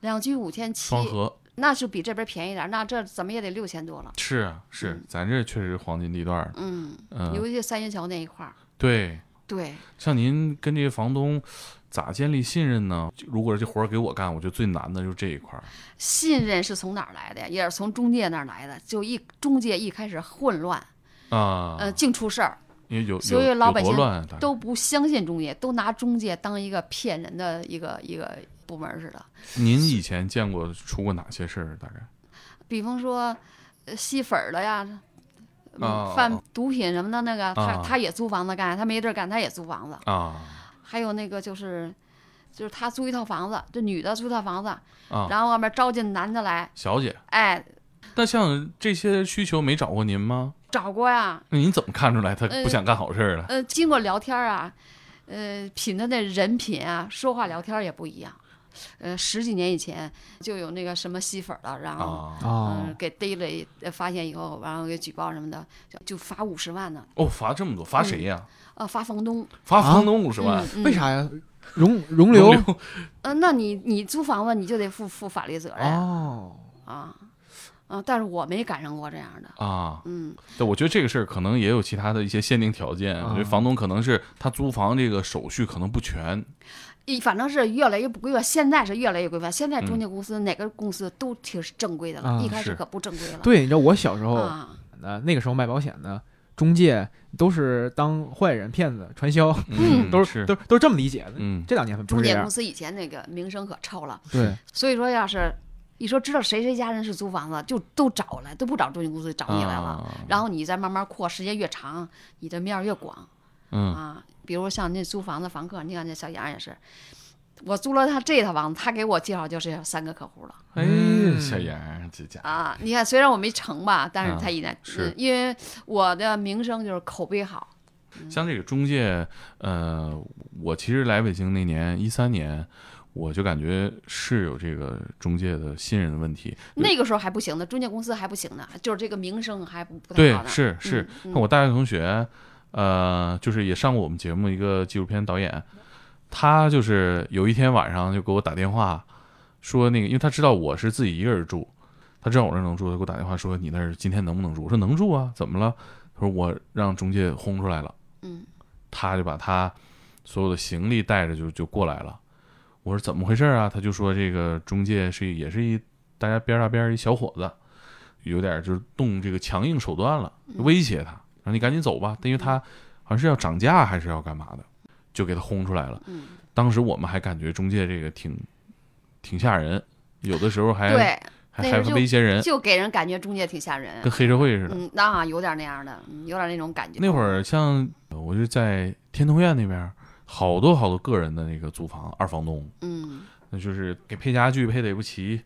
Speaker 2: 两居五千七
Speaker 1: 双，核
Speaker 2: 那是比这边便宜点儿，那这怎么也得六千多了，
Speaker 1: 是啊是，咱这确实黄金地段儿，
Speaker 2: 嗯，尤
Speaker 1: 嗯，
Speaker 2: 其三元桥那一块儿，
Speaker 1: 对，
Speaker 2: 对。
Speaker 1: 像您跟这些房东咋建立信任呢？如果这活儿给我干，我觉得最难的就是这一块儿。
Speaker 2: 信任是从哪儿来的呀？也是从中介那儿来的。就一中介一开始混乱，
Speaker 1: 啊，
Speaker 2: 呃，净出事儿，
Speaker 1: 因为有
Speaker 2: 所以
Speaker 1: 有
Speaker 2: 老百
Speaker 1: 有多
Speaker 2: 姓
Speaker 1: 乱啊大概
Speaker 2: 都不相信中介，都拿中介当一个骗人的一个一个部门儿似的。
Speaker 1: 您以前见过出过哪些事儿？大概
Speaker 2: 比方说，呃吸粉儿的呀，
Speaker 1: 哦
Speaker 2: 嗯，贩毒品什么的那个，
Speaker 1: 哦
Speaker 2: 他他也租房子干，他没地儿干，他也租房子。
Speaker 1: 啊
Speaker 2: 还有那个就是，就是他租一套房子，这女的租一套房子，
Speaker 1: 啊，
Speaker 2: 然后外面招进男的来，
Speaker 1: 小姐，
Speaker 2: 哎，
Speaker 1: 那像这些需求没找过您吗？
Speaker 2: 找过呀，
Speaker 1: 那您怎么看出来他
Speaker 2: 呃
Speaker 1: 不想干好事儿了？
Speaker 2: 呃，经过聊天儿啊，呃，品他的人品啊，说话聊天儿也不一样。呃，十几年以前就有那个什么吸粉儿了，然后
Speaker 1: 啊，
Speaker 2: 嗯、
Speaker 3: 啊，
Speaker 2: 给逮了一，呃发现以后，然后给举报什么的，就就罚五十万呢，
Speaker 1: 哦，罚这么多，罚谁呀？
Speaker 2: 呃，罚房东。
Speaker 1: 罚房东五十万
Speaker 2: 嗯，嗯、
Speaker 3: 为？啥呀？容容
Speaker 1: 刘
Speaker 3: 留
Speaker 2: 呃，那你你租房子你就得负负法律责任啊
Speaker 3: 哦，
Speaker 2: 啊、呃但是我没赶上过这样的。
Speaker 1: 啊，
Speaker 2: 嗯，
Speaker 1: 对，我觉得这个事儿可能也有其他的一些限定条件。我觉得
Speaker 3: 啊
Speaker 1: 房东可能是他租房这个手续可能不全，
Speaker 2: 一反正是越来越不规范，现在是越来越规范。现在中
Speaker 1: 嗯
Speaker 2: 介公司、哪个公司都挺正规的了，
Speaker 3: 啊
Speaker 2: 一开始
Speaker 1: 是
Speaker 2: 可不正规了。
Speaker 3: 对，哦你知道我小时候
Speaker 2: 啊，
Speaker 3: 呢，那个时候卖保险的中介都是当坏人、骗子、传销，
Speaker 1: 嗯，
Speaker 3: [LAUGHS] 都
Speaker 1: 是，
Speaker 3: 都都是这么理解的。
Speaker 1: 嗯，
Speaker 3: 这两年不
Speaker 2: 中
Speaker 3: 是这
Speaker 2: 介公
Speaker 3: 样，
Speaker 2: 司以前那个名声可臭了，
Speaker 3: 对，
Speaker 2: 所以说要是一说知道谁谁家人是租房子，就都找来，都不找中介公司，找你来了。
Speaker 1: 啊
Speaker 2: 然后你再慢慢扩，时间越长，你的面儿越广啊
Speaker 1: 嗯
Speaker 2: 啊。比如像那租房子房客，你看那小杨也是，我租了他这套房子，他给我介绍就是三个客户了
Speaker 1: 哎呀，小杨儿，这家伙，
Speaker 2: 啊！你看，虽然我没成吧，但
Speaker 1: 啊
Speaker 2: 是他依然、
Speaker 1: 是
Speaker 2: 嗯因为我的名声就是口碑好，
Speaker 1: 像这个中介，呃，我其实来北京那年一三年，我就感觉是有这个中介的信任的问题。
Speaker 2: 那个时候还不行呢，中介公司还不行呢，就是这个名声还不不太
Speaker 1: 对
Speaker 2: 好，呢。
Speaker 1: 是是，
Speaker 2: 嗯
Speaker 1: 看我大学同学，呃，就是也上过我们节目一个纪录片导演，他就是有一天晚上就给我打电话说那个，因为他知道我是自己一个人住，他知道我这儿能住，他给我打电话说你那儿今天能不能住？我说能住啊，怎么了？他说我让中介轰出来了。
Speaker 2: 嗯，
Speaker 1: 他就把他所有的行李带着就就过来了。我说怎么回事啊？他就说这个中介是也是一大家边儿大边儿一小伙子，有点就是动这个强硬手段了，
Speaker 2: 嗯
Speaker 1: 威胁他，让你赶紧走吧，因为他好像是要涨价还是要干嘛的，就给他轰出来了。
Speaker 2: 嗯
Speaker 1: 当时我们还感觉中介这个挺挺吓人，有的时候还
Speaker 2: 对，
Speaker 1: 还
Speaker 2: 那
Speaker 1: 还
Speaker 2: 时候就
Speaker 1: 威胁人，
Speaker 2: 就给人感觉中介挺吓人
Speaker 1: 跟，黑社会似的。
Speaker 2: 嗯，那、有点那样的，嗯有点那种感觉。
Speaker 1: 那会儿像呃我就在天通苑那边儿，好多好多个人的那个租房二房东，
Speaker 2: 嗯，
Speaker 1: 那就是给配家具配的也不齐，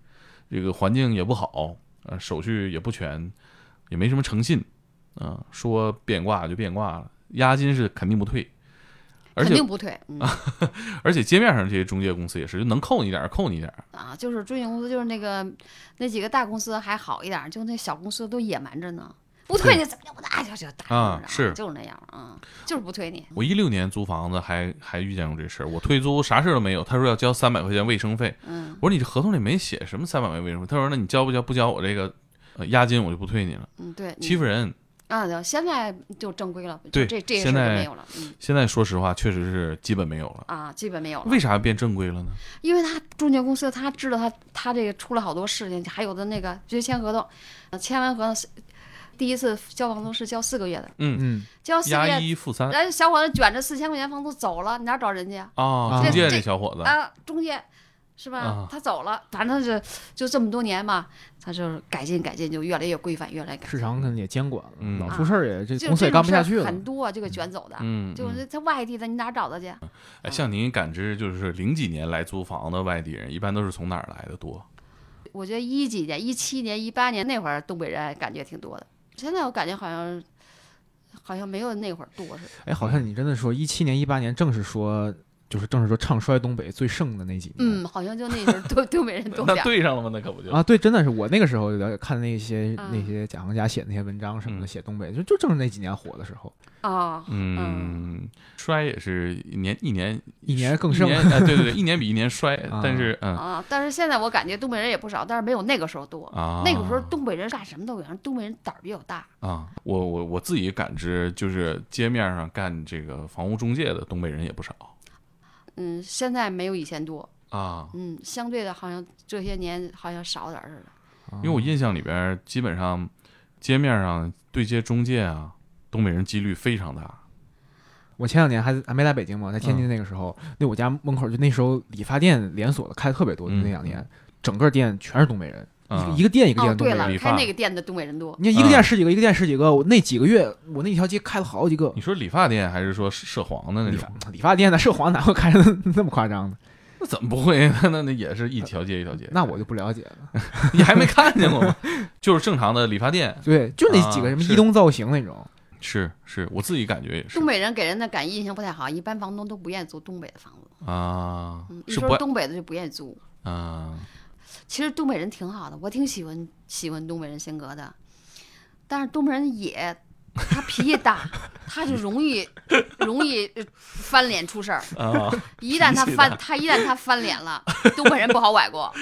Speaker 1: 这个环境也不好，呃，手续也不全，也没什么诚信，啊、说变卦就变卦了，押金是肯定不退，而
Speaker 2: 肯
Speaker 1: 且啊
Speaker 2: 定不退，嗯
Speaker 1: 而且街面上这些中介公司也是，就能扣你点儿扣你点儿，
Speaker 2: 啊，就是中介公司，就是那个那几个大公司还好一点儿，就那小公司都野蛮着呢，不退你怎么样？我打就就打
Speaker 1: 啊
Speaker 2: 你知道
Speaker 1: 是
Speaker 2: 吗就是那样啊，就是不退你。
Speaker 1: 我一六年租房子还还遇见过这事儿，我退租啥事儿都没有，他说要交三百块钱卫生费，
Speaker 2: 嗯
Speaker 1: 我说你这合同里没写什么三百块钱卫生费，他说那你交不交？不交我这个、呃、押金我就不退你了，
Speaker 2: 嗯，对，你
Speaker 1: 欺负人。
Speaker 2: 啊，对，现在就正规了，就
Speaker 1: 对
Speaker 2: 这这些事
Speaker 1: 现
Speaker 2: 儿都
Speaker 1: 在
Speaker 2: 没有了，嗯
Speaker 1: 现在说实话，确实是基本没有了。
Speaker 2: 啊，基本没有了。
Speaker 1: 为啥变正规了呢？
Speaker 2: 因为他中介公司他知道他他这个出了好多事情，还有的那个直接签合同，呃签完合同是第一次交房租是交四个月的，
Speaker 3: 嗯，
Speaker 2: 交四个
Speaker 1: 押
Speaker 2: 月，
Speaker 1: 一付三
Speaker 2: 然后小伙子卷着四千块钱房租走了，你哪找人去啊？
Speaker 1: 啊，中
Speaker 2: 这
Speaker 1: 介
Speaker 2: 这
Speaker 1: 这小伙子
Speaker 2: 啊，中介是吧？
Speaker 1: 啊
Speaker 2: 他走了，反正是就这么多年嘛，他就是改进改进，就越来越规范，越来越改进。
Speaker 3: 市场可能也监管了，
Speaker 1: 嗯
Speaker 3: 老出事儿也这
Speaker 2: 啊就
Speaker 3: 公司也干不下去
Speaker 2: 这种事儿
Speaker 3: 了。
Speaker 2: 很多就给卷走的，
Speaker 1: 嗯，
Speaker 2: 就
Speaker 1: 嗯
Speaker 2: 是他外地的，你哪找他去？
Speaker 1: 哎像您感知，就是零几年来租房的外地人，一般都是从哪儿来的多？
Speaker 2: 我觉得一几年、一七年、一八年那会儿，东北人感觉挺多的。现在我感觉好像好像没有那会儿多似的。
Speaker 3: 哎，好像
Speaker 1: 嗯
Speaker 3: 你真的说一七年、一八年，正是说就是正是说唱衰东北最盛的那几年。
Speaker 2: 嗯，好像就那时候东 [LAUGHS] 东北人多
Speaker 1: 那
Speaker 2: 点儿。
Speaker 1: 对上了吗？那可不就
Speaker 3: 啊，对，真的是我那个时候了解看那些、那
Speaker 2: 嗯
Speaker 3: 些贾行家写的那些文章什么的，
Speaker 1: 嗯
Speaker 3: 写东北就就正是那几年火的时候，
Speaker 2: 啊，
Speaker 1: 嗯，衰也是一年一年
Speaker 3: 一年更
Speaker 1: 一
Speaker 3: 盛。
Speaker 1: 年，哎对对对，一年比一年衰
Speaker 3: [LAUGHS] 啊，
Speaker 1: 但是嗯
Speaker 2: 啊！但是现在我感觉东北人也不少，但是没有那个时候多。
Speaker 1: 啊，
Speaker 2: 那个时候东北人干什么都有，东北人胆儿比较大。
Speaker 1: 啊，我我我自己感知就是街面上干这个房屋中介的东北人也不少
Speaker 2: 嗯，现在没有以前多。
Speaker 1: 啊，
Speaker 2: 嗯，相对的，好像这些年好像少点儿似的。
Speaker 3: 啊
Speaker 1: 因为我印象里边儿基本上街面上对接中介啊，东北人几率非常大。
Speaker 3: 我前两年还还没来北京嘛，在天
Speaker 1: 嗯
Speaker 3: 津那个时候，那我家门口就那时候理发店连锁的开的特别多，就那两年、整个店全是东北人，一
Speaker 1: 嗯啊
Speaker 3: 个一个店一个
Speaker 2: 哦，
Speaker 3: 店东
Speaker 2: 对
Speaker 3: 北人。
Speaker 2: 了
Speaker 1: 理，
Speaker 2: 开
Speaker 1: 发
Speaker 2: 那个店的东北人多。
Speaker 3: 你看一
Speaker 1: 啊
Speaker 3: 个店十几个，一个店十几个，我那几个月我那一条街开了好几个
Speaker 1: 你说理发店还是说涉黄的那
Speaker 3: 理
Speaker 1: 种
Speaker 3: 发？理发店呢，涉黄哪会开的那么夸张呢？
Speaker 1: 那怎么不会？ [LAUGHS] 那那那也是一条街一条街。
Speaker 3: 那我就不了解了。
Speaker 1: [LAUGHS] 你还没看见过吗？ [LAUGHS] 就是正常的理发店，
Speaker 3: 对，就那几个
Speaker 1: 啊
Speaker 3: 什么
Speaker 1: 是
Speaker 3: 伊东造型那种，
Speaker 1: 是是，我自己感觉也是
Speaker 2: 东北人给人的感印象不太好，一般房东都不愿意租东北的房子。
Speaker 1: 啊
Speaker 2: 嗯，，一
Speaker 1: 是
Speaker 2: 说
Speaker 1: 不
Speaker 2: 东北的就不愿意租。
Speaker 1: 啊
Speaker 2: 其实东北人挺好的，我挺喜欢喜欢东北人性格的，但是东北人也他脾气大， [LAUGHS] 他就容易容易呃翻脸出事儿。
Speaker 1: 啊，
Speaker 2: 一旦他
Speaker 1: 脾气
Speaker 2: 翻
Speaker 1: 大
Speaker 2: 他一旦他翻脸了，东北人不好崴 [LAUGHS] 过。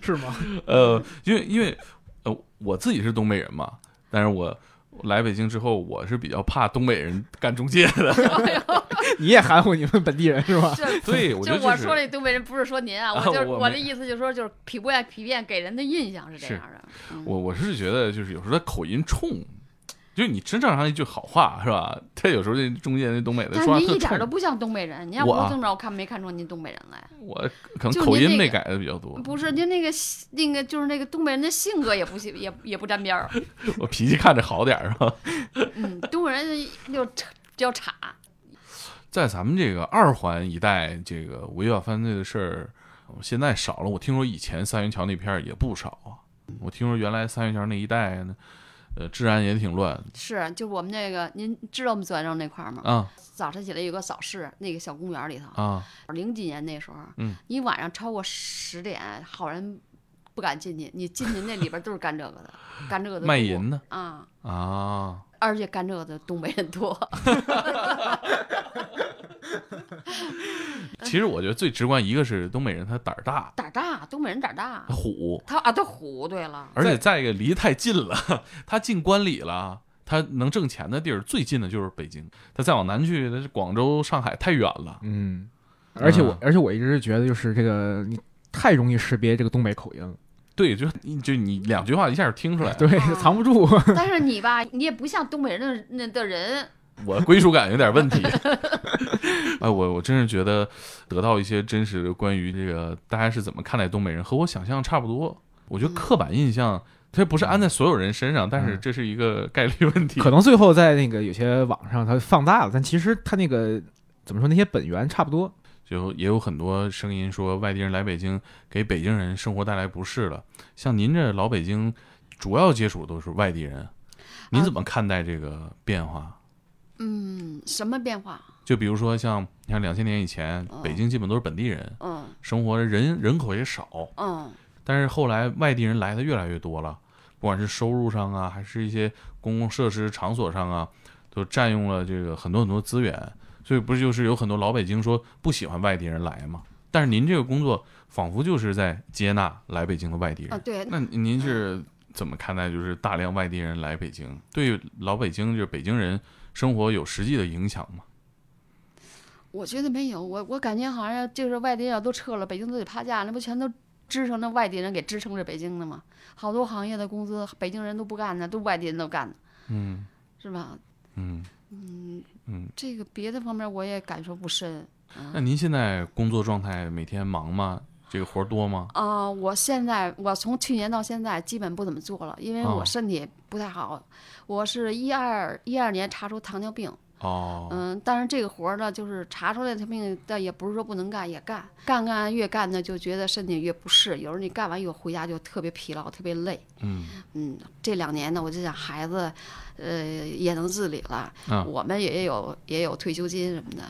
Speaker 3: 是吗？
Speaker 1: 呃，因为因为呃，我自己是东北人嘛，但是我。来北京之后，我是比较怕东北人干中介
Speaker 2: [LAUGHS]
Speaker 1: 的，
Speaker 3: [LAUGHS] 你也含糊你们本地人是吧？ [LAUGHS]
Speaker 2: 这
Speaker 1: 对 [LAUGHS] 我觉
Speaker 2: 就
Speaker 1: 得
Speaker 2: 我
Speaker 1: 是
Speaker 2: 说这东北人不是说
Speaker 1: [LAUGHS]
Speaker 2: 您啊，
Speaker 1: 啊
Speaker 2: 我就是
Speaker 1: 我
Speaker 2: 我
Speaker 1: 没
Speaker 2: 的意思就是说，就是皮不爱皮变给人的印象是这
Speaker 1: 是
Speaker 2: 样的。嗯
Speaker 1: 我我是觉得就是有时候他口音冲，就是你真正常一句好话是吧？他有时候这中介那东北的
Speaker 2: 但
Speaker 1: 说话
Speaker 2: 您
Speaker 1: 特
Speaker 2: 一点儿都
Speaker 1: 冲，
Speaker 2: 不像东北人，您要
Speaker 1: 我
Speaker 2: 不是
Speaker 1: 啊
Speaker 2: 这么着，我看没看出您东北人来。
Speaker 1: 我可能
Speaker 2: 就
Speaker 1: 口音
Speaker 2: 您那
Speaker 1: 被
Speaker 2: 个
Speaker 1: 改的比较多，
Speaker 2: 不是，就那个性那个就是那个东北人的性格也不行，也也不沾边儿。
Speaker 1: 我脾气看着好点儿是吧？
Speaker 2: 嗯，东北人就就比较差。
Speaker 1: 在咱们这个二环一带，这个违法犯罪的事儿呃现在少了。我听说以前三元桥那片儿也不少啊，我听说原来三元桥那一带呢，呃，治安也挺乱
Speaker 2: 是，就我们那个，您知道我们左家庄那块儿吗？
Speaker 1: 啊
Speaker 2: 早晨起来有个早市，那个小公园里头，
Speaker 1: 啊，
Speaker 2: 零几年那时候，
Speaker 1: 嗯
Speaker 2: 你晚上超过十点，好人不敢进去，你进去那里边都是干这个
Speaker 1: [LAUGHS]
Speaker 2: 的，干这个的
Speaker 1: 卖
Speaker 2: 多
Speaker 1: 淫的
Speaker 2: 啊，
Speaker 1: 啊，
Speaker 2: 而且干这个的东北人多， [LAUGHS]
Speaker 1: 其实我觉得最直观一个是东北人他胆儿大，
Speaker 2: 胆儿大，东北人胆儿大
Speaker 1: 他，虎，
Speaker 2: 他啊，他虎，对
Speaker 1: [LAUGHS]
Speaker 2: 了，
Speaker 1: 而且再一个离太近了， [LAUGHS] 他进关里了。他能挣钱的地儿最近的就是北京，他再往南去，那是广州、上海太远了。
Speaker 3: 嗯，而且我而且我一直是觉得就是这个你太容易识别这个东北口音了，
Speaker 1: 对，就就你两句话一下就听出来了，
Speaker 3: 对
Speaker 2: 啊，
Speaker 3: 藏不 [LAUGHS] 住。
Speaker 2: 但是你吧，你也不像东北人的那的人，
Speaker 1: 我归属感有点问题。 [LAUGHS] 哎，我我真是觉得得到一些真实的关于这个大家是怎么看待东北人，和我想象差不多。我觉得刻板印象它不是安在所有人身上，但是这是一个概率问题。
Speaker 3: 可能最后在那个有些网上它放大了，但其实它那个怎么说，那些本源差不多。
Speaker 2: 啊
Speaker 1: 就也有很多声音说外地人来北京给北京人生活带来不适了。像您这老北京，主要接触都是外地人，您
Speaker 2: 啊
Speaker 1: 怎么看待这个变化？
Speaker 2: 嗯，什么变化？
Speaker 1: 就比如说像你看两千年以前，北京基本都是本地人，
Speaker 2: 嗯
Speaker 1: 生活人人口也少，
Speaker 2: 嗯
Speaker 1: 但是后来外地人来的越来越多了，不管是收入上啊，还是一些公共设施场所上啊，都占用了这个很多很多资源，所以不是就是有很多老北京说不喜欢外地人来嘛？但是您这个工作仿佛就是在接纳来北京的外地人，
Speaker 2: 啊，对，
Speaker 1: 那您是怎么看待就是大量外地人来北京，对老北京就是北京人生活有实际的影响吗？
Speaker 2: 我觉得没有，我我感觉好像就是外地人要都撤了，北京都得趴架，那不全都支撑着外地人给支撑着北京的吗？好多行业的工资北京人都不干呢，都外地人都干呢，
Speaker 1: 嗯
Speaker 2: 是吧？
Speaker 1: 嗯，
Speaker 2: 这个别的方面我也感受不深
Speaker 1: 那您现在工作状态每天忙吗？这个活儿多吗？
Speaker 2: 啊、我现在我从去年到现在基本不怎么做了，因为
Speaker 1: 哦
Speaker 2: 我身体不太好，我是一二一二年查出糖尿病，
Speaker 1: 哦，
Speaker 2: 嗯，但是这个活儿呢，就是查出来他病，但也不是说不能干，也干，干干越干呢，就觉得身体越不适。有时候你干完以后回家就特别疲劳，特别累。
Speaker 1: 嗯
Speaker 2: 嗯，这两年呢，我就想孩子，呃，也能自理了，
Speaker 1: 啊
Speaker 2: 我们也有也有退休金什么的，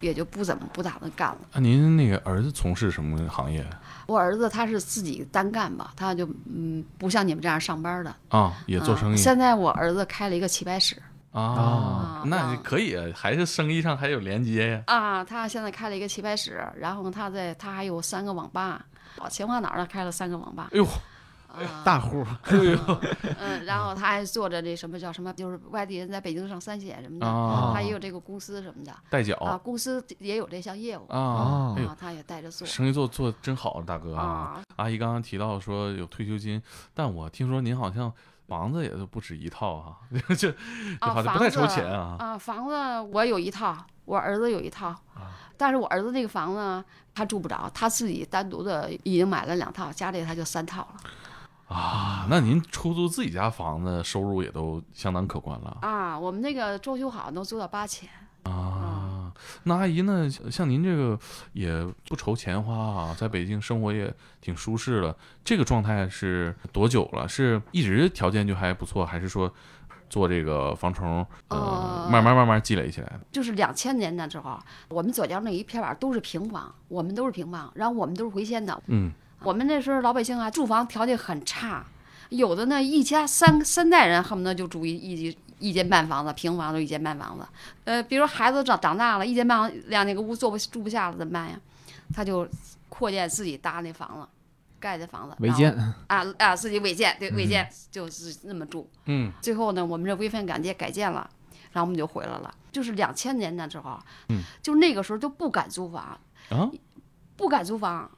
Speaker 2: 也就不怎么不打算干了。
Speaker 1: 啊，您那个儿子从事什么行业
Speaker 2: 我儿子他是自己单干吧，他就嗯不像你们这样上班的，
Speaker 1: 啊？也做
Speaker 2: 嗯
Speaker 1: 生意
Speaker 2: 现在我儿子开了一个棋牌室。
Speaker 1: 啊
Speaker 2: 啊？
Speaker 1: 那
Speaker 2: 啊
Speaker 1: 可以，啊，还是生意上还有连接呀。
Speaker 2: 啊，他现在开了一个棋牌室，然后他在他还有三个网吧，哦，秦皇岛那儿开了三个网吧，啊
Speaker 1: 哎呦， [LAUGHS] 哎
Speaker 3: 大户，
Speaker 2: [LAUGHS] 嗯，然后他还做着这什么叫什么，就是外地人在北京上三险什么的，
Speaker 1: 啊
Speaker 2: 他也有这个公司什么的
Speaker 1: 带
Speaker 2: 啊，
Speaker 1: 脚
Speaker 2: 公司也有这项业务
Speaker 1: 啊
Speaker 3: 哦，
Speaker 1: 哦哎呦，
Speaker 2: 啊，他也带着做
Speaker 1: 生意做做真好，大哥啊！
Speaker 2: 啊，
Speaker 1: 阿姨刚刚提到说有退休金，但我听说您好像房子也就不止一套啊， [LAUGHS] 就就
Speaker 2: 啊，
Speaker 1: 好像
Speaker 2: 房
Speaker 1: 不
Speaker 2: 子
Speaker 1: 太愁钱啊。
Speaker 2: 啊，房子我有一套，我儿子有一套，
Speaker 1: 啊
Speaker 2: 但是我儿子那个房子呢他住不着，他自己单独的已经买了两套，家里他就三套了
Speaker 1: 哦啊，那您出租自己家房子，收入也都相当可观了
Speaker 2: 啊。我们那个装修好能租到八千。嗯
Speaker 1: 啊。那阿姨呢？像您这个也不愁钱花啊，在北京生活也挺舒适了。这个状态是多久了？是一直条件就还不错，还是说做这个防虫呃
Speaker 2: 呃
Speaker 1: 慢慢慢慢积累起来的？
Speaker 2: 就是两千年的时候，我们左家那一片儿都是平房，我们都是平房，然后我们都是回迁的。
Speaker 1: 嗯
Speaker 2: 我们那时候老百姓啊，住房条件很差，有的呢一家三三代人恨不得就住一一一间半房子，平房就一间半房子。呃，比如孩子长长大了，一间半房两那个屋坐不住不下了怎么办呀？他就扩建自己搭那房子，盖的房子
Speaker 3: 违建
Speaker 2: 然后啊啊自己违建对违建、就是那么住。
Speaker 1: 嗯
Speaker 2: 最后呢，我们这规范港街改建了，然后我们就回来了。就是两千年那时候，
Speaker 1: 嗯，
Speaker 2: 就那个时候都不敢租房，
Speaker 1: 啊
Speaker 2: 不敢租房。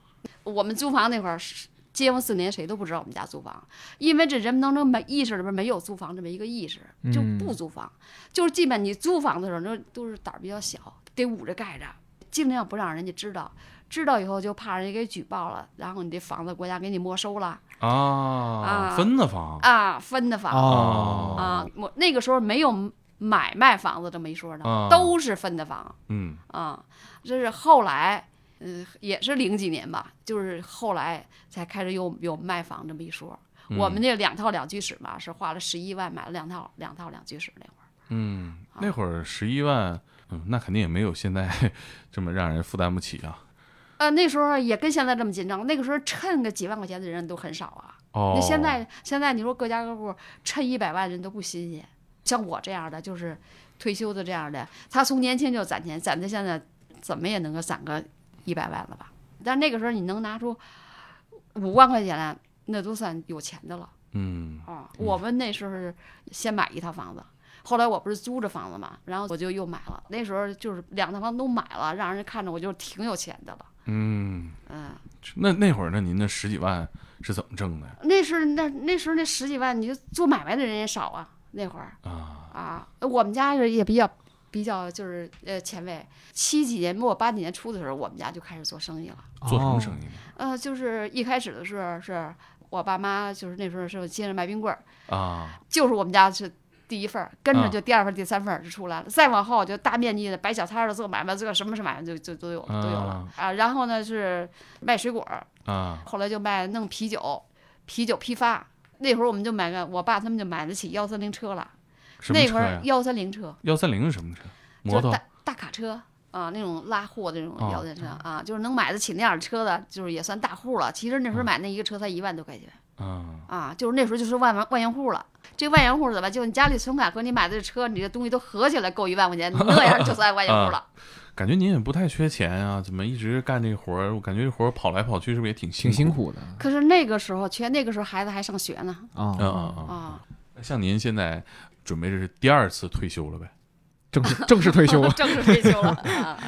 Speaker 2: 我们租房那会儿是，结婚四年谁都不知道我们家租房，因为这人们当中没意识里边没有租房这么一个意识，就不
Speaker 1: 嗯
Speaker 2: 租房。就是基本你租房的时候，那都是胆儿比较小，得捂着盖着，尽量不让人家知道。知道以后就怕人家给举报了，然后你这房子国家给你没收了
Speaker 1: 啊，分的房
Speaker 2: 啊，分的房。
Speaker 1: 哦
Speaker 2: 啊，我那个时候没有买卖房子这么一说的，
Speaker 1: 啊
Speaker 2: 都是分的房
Speaker 1: 嗯
Speaker 2: 啊。这是后来，嗯、也是零几年吧，就是后来才开始有有卖房这么一说。
Speaker 1: 嗯
Speaker 2: 我们这两套两居室嘛，是花了十一万买了两套两套两居室那会儿。
Speaker 1: 嗯，
Speaker 2: 啊
Speaker 1: 那会儿十一万，嗯，那肯定也没有现在 [LAUGHS] 这么让人负担不起啊。
Speaker 2: 呃，那时候也跟现在这么紧张，那个时候趁个几万块钱的人都很少啊。
Speaker 1: 哦，
Speaker 2: 那现在现在你说各家各户趁一百万人都不新鲜，像我这样的就是退休的这样的，他从年轻就攒钱，攒到现在怎么也能够攒个一百万了吧？但那个时候你能拿出五万块钱来，那都算有钱的了
Speaker 1: 嗯
Speaker 2: 啊、我们那时候是先买一套房子。后来我不是租着房子嘛，然后我就又买了。那时候就是两套房子都买了，让人看着我就挺有钱的了。
Speaker 1: 嗯，
Speaker 2: 嗯，
Speaker 1: 那那会儿那您那十几万是怎么挣的呀？
Speaker 2: 那时候那那时候那十几万，你就做买卖的人也少啊。那会儿，
Speaker 1: 啊，
Speaker 2: 啊，我们家人也比较比较就是呃前卫，七几年末八几年初的时候，我们家就开始做生意了。
Speaker 1: 做什么生
Speaker 3: 意？
Speaker 1: 意呢
Speaker 2: 呃，就是一开始的时候是我爸妈就是那时候是接着卖冰棍儿，
Speaker 1: 啊？
Speaker 2: 就是我们家是。第一份儿，跟着
Speaker 1: 啊
Speaker 2: 就第二份儿、第三份儿就出来了。再往后就大面积的摆小摊儿的做买卖，做什么是买卖就就都有了都有了啊。然后呢是卖水果儿，
Speaker 1: 啊，
Speaker 2: 后来就卖弄啤酒，啤酒批发。那会儿我们就买个，我爸他们就买得起幺三零车了。
Speaker 1: 什么
Speaker 2: 那
Speaker 1: 车
Speaker 2: 会儿
Speaker 1: 呀？
Speaker 2: 幺三零车，
Speaker 1: 幺三零是什么车？
Speaker 2: 就
Speaker 1: 摩
Speaker 2: 是
Speaker 1: 托
Speaker 2: 大大卡车啊，那种拉货的那种
Speaker 1: 哦
Speaker 2: 摇载车啊，就是能买得起那样的车的，就是也算大户了。其实那
Speaker 1: 嗯
Speaker 2: 时候买那一个车才一万多块钱
Speaker 1: 啊
Speaker 2: 啊，就是那时候就是万万万元户了。这万元户怎么就你家里存款和你买的这车，你这东西都合起来够一万块钱，那样就算万元户
Speaker 1: [LAUGHS]
Speaker 2: 了。
Speaker 1: 感觉您也不太缺钱啊，怎么一直干这活儿？我感觉这活儿跑来跑去是不是也挺
Speaker 3: 挺
Speaker 1: 辛
Speaker 3: 辛
Speaker 1: 苦
Speaker 3: 苦的
Speaker 2: 可是那个时候，全那个时候孩子还上学呢
Speaker 3: 啊、
Speaker 1: 的？啊啊啊！ [LAUGHS]
Speaker 2: 啊，
Speaker 1: 像您现在准备这是第二次退休了呗？
Speaker 3: 正式正式
Speaker 2: [LAUGHS]
Speaker 3: 退休
Speaker 2: 正式退休了啊。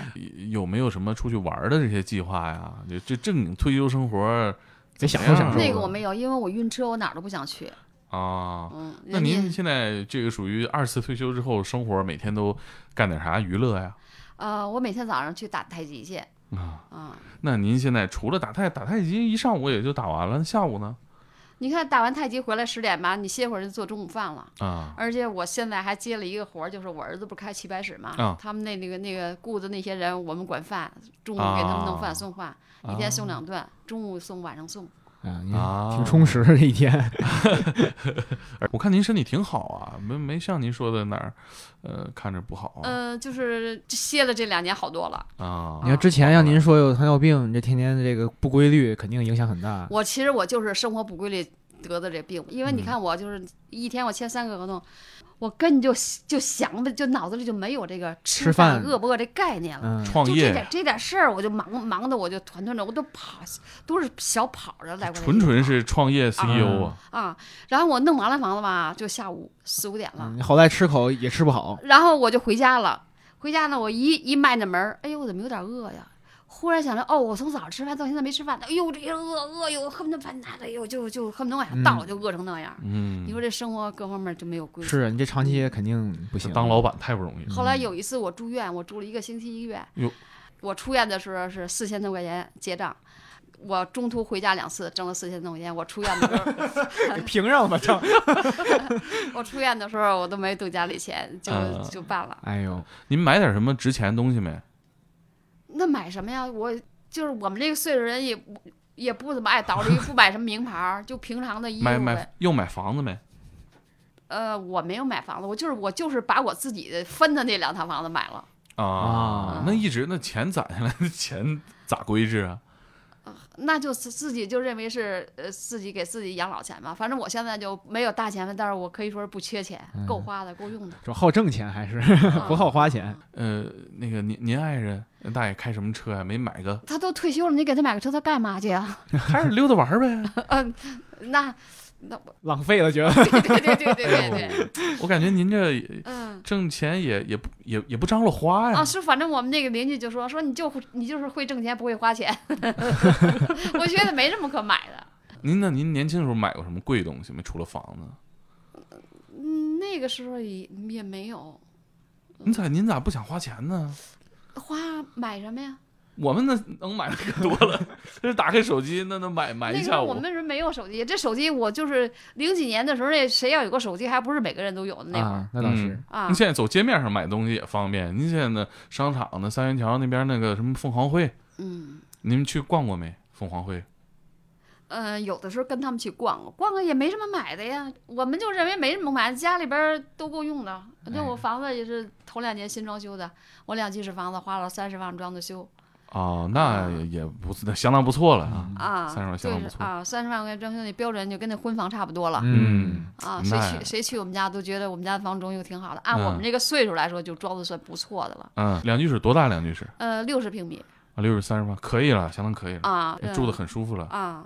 Speaker 1: 有没有什么出去玩儿的这些计划呀？这这正经退休生活儿
Speaker 3: 得享受享受。
Speaker 2: 那个我没有，因为我晕车，我哪儿都不想去。
Speaker 1: 啊。
Speaker 2: 嗯，
Speaker 1: 那您现在这个属于二次退休之后，生活每天都干点啥娱乐呀？
Speaker 2: 呃，我每天早上去打太极去
Speaker 1: 啊，
Speaker 2: 啊。
Speaker 1: 那您现在除了打太打太极，一上午也就打完了，下午呢？
Speaker 2: 你看打完太极回来十点吧，你歇会儿就做中午饭了。
Speaker 1: 啊，
Speaker 2: 而且我现在还接了一个活儿，就是我儿子不是开棋牌室嘛，
Speaker 1: 啊
Speaker 2: 他们那那个那个雇的那些人，我们管饭，中午给他们弄饭、
Speaker 1: 啊
Speaker 2: 送饭，一天送两顿，中午送晚上送。
Speaker 3: 啊，你
Speaker 1: 啊
Speaker 3: 挺充实的一
Speaker 2: 啊
Speaker 3: 天。
Speaker 1: 哎我看您身体挺好啊，没没像您说的哪儿，呃，看着不好啊。
Speaker 2: 嗯、就是歇了这两年好多了。
Speaker 1: 啊，
Speaker 3: 你看之前让您说有糖尿病，你这天天这个不规律，肯定影响很大。
Speaker 2: 我其实我就是生活不规律得的这病，因
Speaker 1: 嗯
Speaker 2: 为你看我就是一天我签三个合同，我根本就就想不就脑子里就没有这个
Speaker 3: 吃
Speaker 2: 吃
Speaker 3: 饭
Speaker 2: 饿不饿这概念了。
Speaker 3: 嗯，
Speaker 1: 创
Speaker 2: 就这点
Speaker 1: 业
Speaker 2: 这点事儿，我就忙忙的，我就团团转，我都跑，都是小跑着来回来去
Speaker 1: 纯纯
Speaker 2: 跑
Speaker 1: 是创业 CEO 啊。
Speaker 2: 啊，然后我弄完了房子吧，就下午四五点了，
Speaker 3: 嗯，好赖吃口也吃不好，
Speaker 2: 然后我就回家了。回家呢，我一一迈着门儿，哎呦，我怎么有点饿呀？忽然想着，哦，我从早上吃饭到现在没吃饭，哎呦，这个饿饿哟，恨不得饭那个，哎呦，就就恨不得往下倒，就饿成那样。
Speaker 1: 嗯
Speaker 2: 你，说这生活各方面就没有规律。
Speaker 3: 是啊你这
Speaker 2: 嗯
Speaker 3: 长期肯定不行。
Speaker 1: 当老
Speaker 2: [LAUGHS]
Speaker 1: 板太不容易了。
Speaker 2: 后来有一次我住院，我住了一个星期医院
Speaker 1: 嗯哟。
Speaker 2: 我出院的时候是四千多块钱结账，我中途回家两次挣了四千多块钱。我出院的时候，
Speaker 1: [LAUGHS]
Speaker 3: 平让吧，这。
Speaker 2: 我出院的时候我都没动家里钱，就
Speaker 1: 啊
Speaker 2: 就办了。
Speaker 3: [LAUGHS] 哎呦，
Speaker 1: 您买点什么值钱的东西没？
Speaker 2: 那买什么呀？我就是我们这个岁数人也不也不怎么
Speaker 1: [LAUGHS]
Speaker 2: 爱捯饬，不买什么名牌儿，就平常的衣服
Speaker 1: 买
Speaker 2: 呗。
Speaker 1: 买又买房子没？
Speaker 2: 呃，我没有买房子，我就是我就是把我自己的分的那两套房子买了，
Speaker 1: 啊
Speaker 3: 啊，
Speaker 1: 那一直那钱攒下来， [LAUGHS] 那钱咋归置啊？
Speaker 2: 那就自自己就认为是呃自己给自己养老钱嘛。反正我现在就没有大钱了，但是我可以说是不缺钱，
Speaker 1: 嗯
Speaker 2: 够花的，够用的。
Speaker 3: 主要好挣钱还是
Speaker 2: 啊，
Speaker 3: 不好花钱？
Speaker 1: 呃，那个您您爱人大爷开什么车呀、没买个
Speaker 2: 他都退休了，你给他买个车，他干嘛去啊？ [LAUGHS]
Speaker 1: 开始溜达玩儿呗。
Speaker 2: 那 [LAUGHS] 那我
Speaker 3: 浪费了，觉得
Speaker 2: 对对对对
Speaker 1: [LAUGHS]
Speaker 2: 对对，
Speaker 1: 我感觉您这
Speaker 2: 嗯。
Speaker 1: 挣钱也也不也也不张罗花呀
Speaker 2: 啊，。是，反正我们那个邻居就说说你就会你就是会挣钱不会花钱， [LAUGHS] 我觉得没什么可买的。
Speaker 1: 您呢？您年轻的时候买过什么贵东西没？除了房子，
Speaker 2: 嗯，那个时候也也没有嗯
Speaker 1: 你咋您咋不想花钱呢？
Speaker 2: 花买什么呀？
Speaker 1: 我们那能买的可多了， [LAUGHS] 就是打开手机那能买买
Speaker 2: 那
Speaker 1: 一
Speaker 2: 时候
Speaker 1: 下
Speaker 2: 我
Speaker 1: 午
Speaker 2: 们。那时候没有手机，这手机我就是零几年的时候，那谁要有个手机，还不是每个人都有的那会儿
Speaker 3: 啊，那倒
Speaker 1: 嗯
Speaker 3: 是，
Speaker 2: 啊
Speaker 1: 你。现在走街面上买东西也方便，你现在呢商场呢三元桥那边那个什么凤凰汇，
Speaker 2: 嗯
Speaker 1: 你们去逛过没？凤凰汇
Speaker 2: 呃，有的时候跟他们去逛逛，逛逛也没什么买的呀。我们就认为没什么买的，家里边儿都够用的。
Speaker 1: 哎
Speaker 2: 就我房子也是头两年新装修的，我两居室房子花了三十万装的修
Speaker 1: 哦，那也也不是那相当不错了啊。
Speaker 2: 啊，
Speaker 1: 30万相
Speaker 2: 就
Speaker 1: 当
Speaker 2: 是
Speaker 1: 不错
Speaker 2: 啊，三十万块钱装修那标准就跟那婚房差不多了。
Speaker 1: 嗯，
Speaker 2: 啊，谁
Speaker 1: 那
Speaker 2: 去谁去我们家都觉得我们家的房装修挺好的，按我
Speaker 1: 嗯
Speaker 2: 们这个岁数来说，就装的算不错的了。
Speaker 1: 嗯，两居室多大？两居室
Speaker 2: 呃，六十平米
Speaker 1: 啊，六十三十万，可以了，相当可以了，
Speaker 2: 啊，
Speaker 1: 哎住的很舒服了。
Speaker 2: 啊，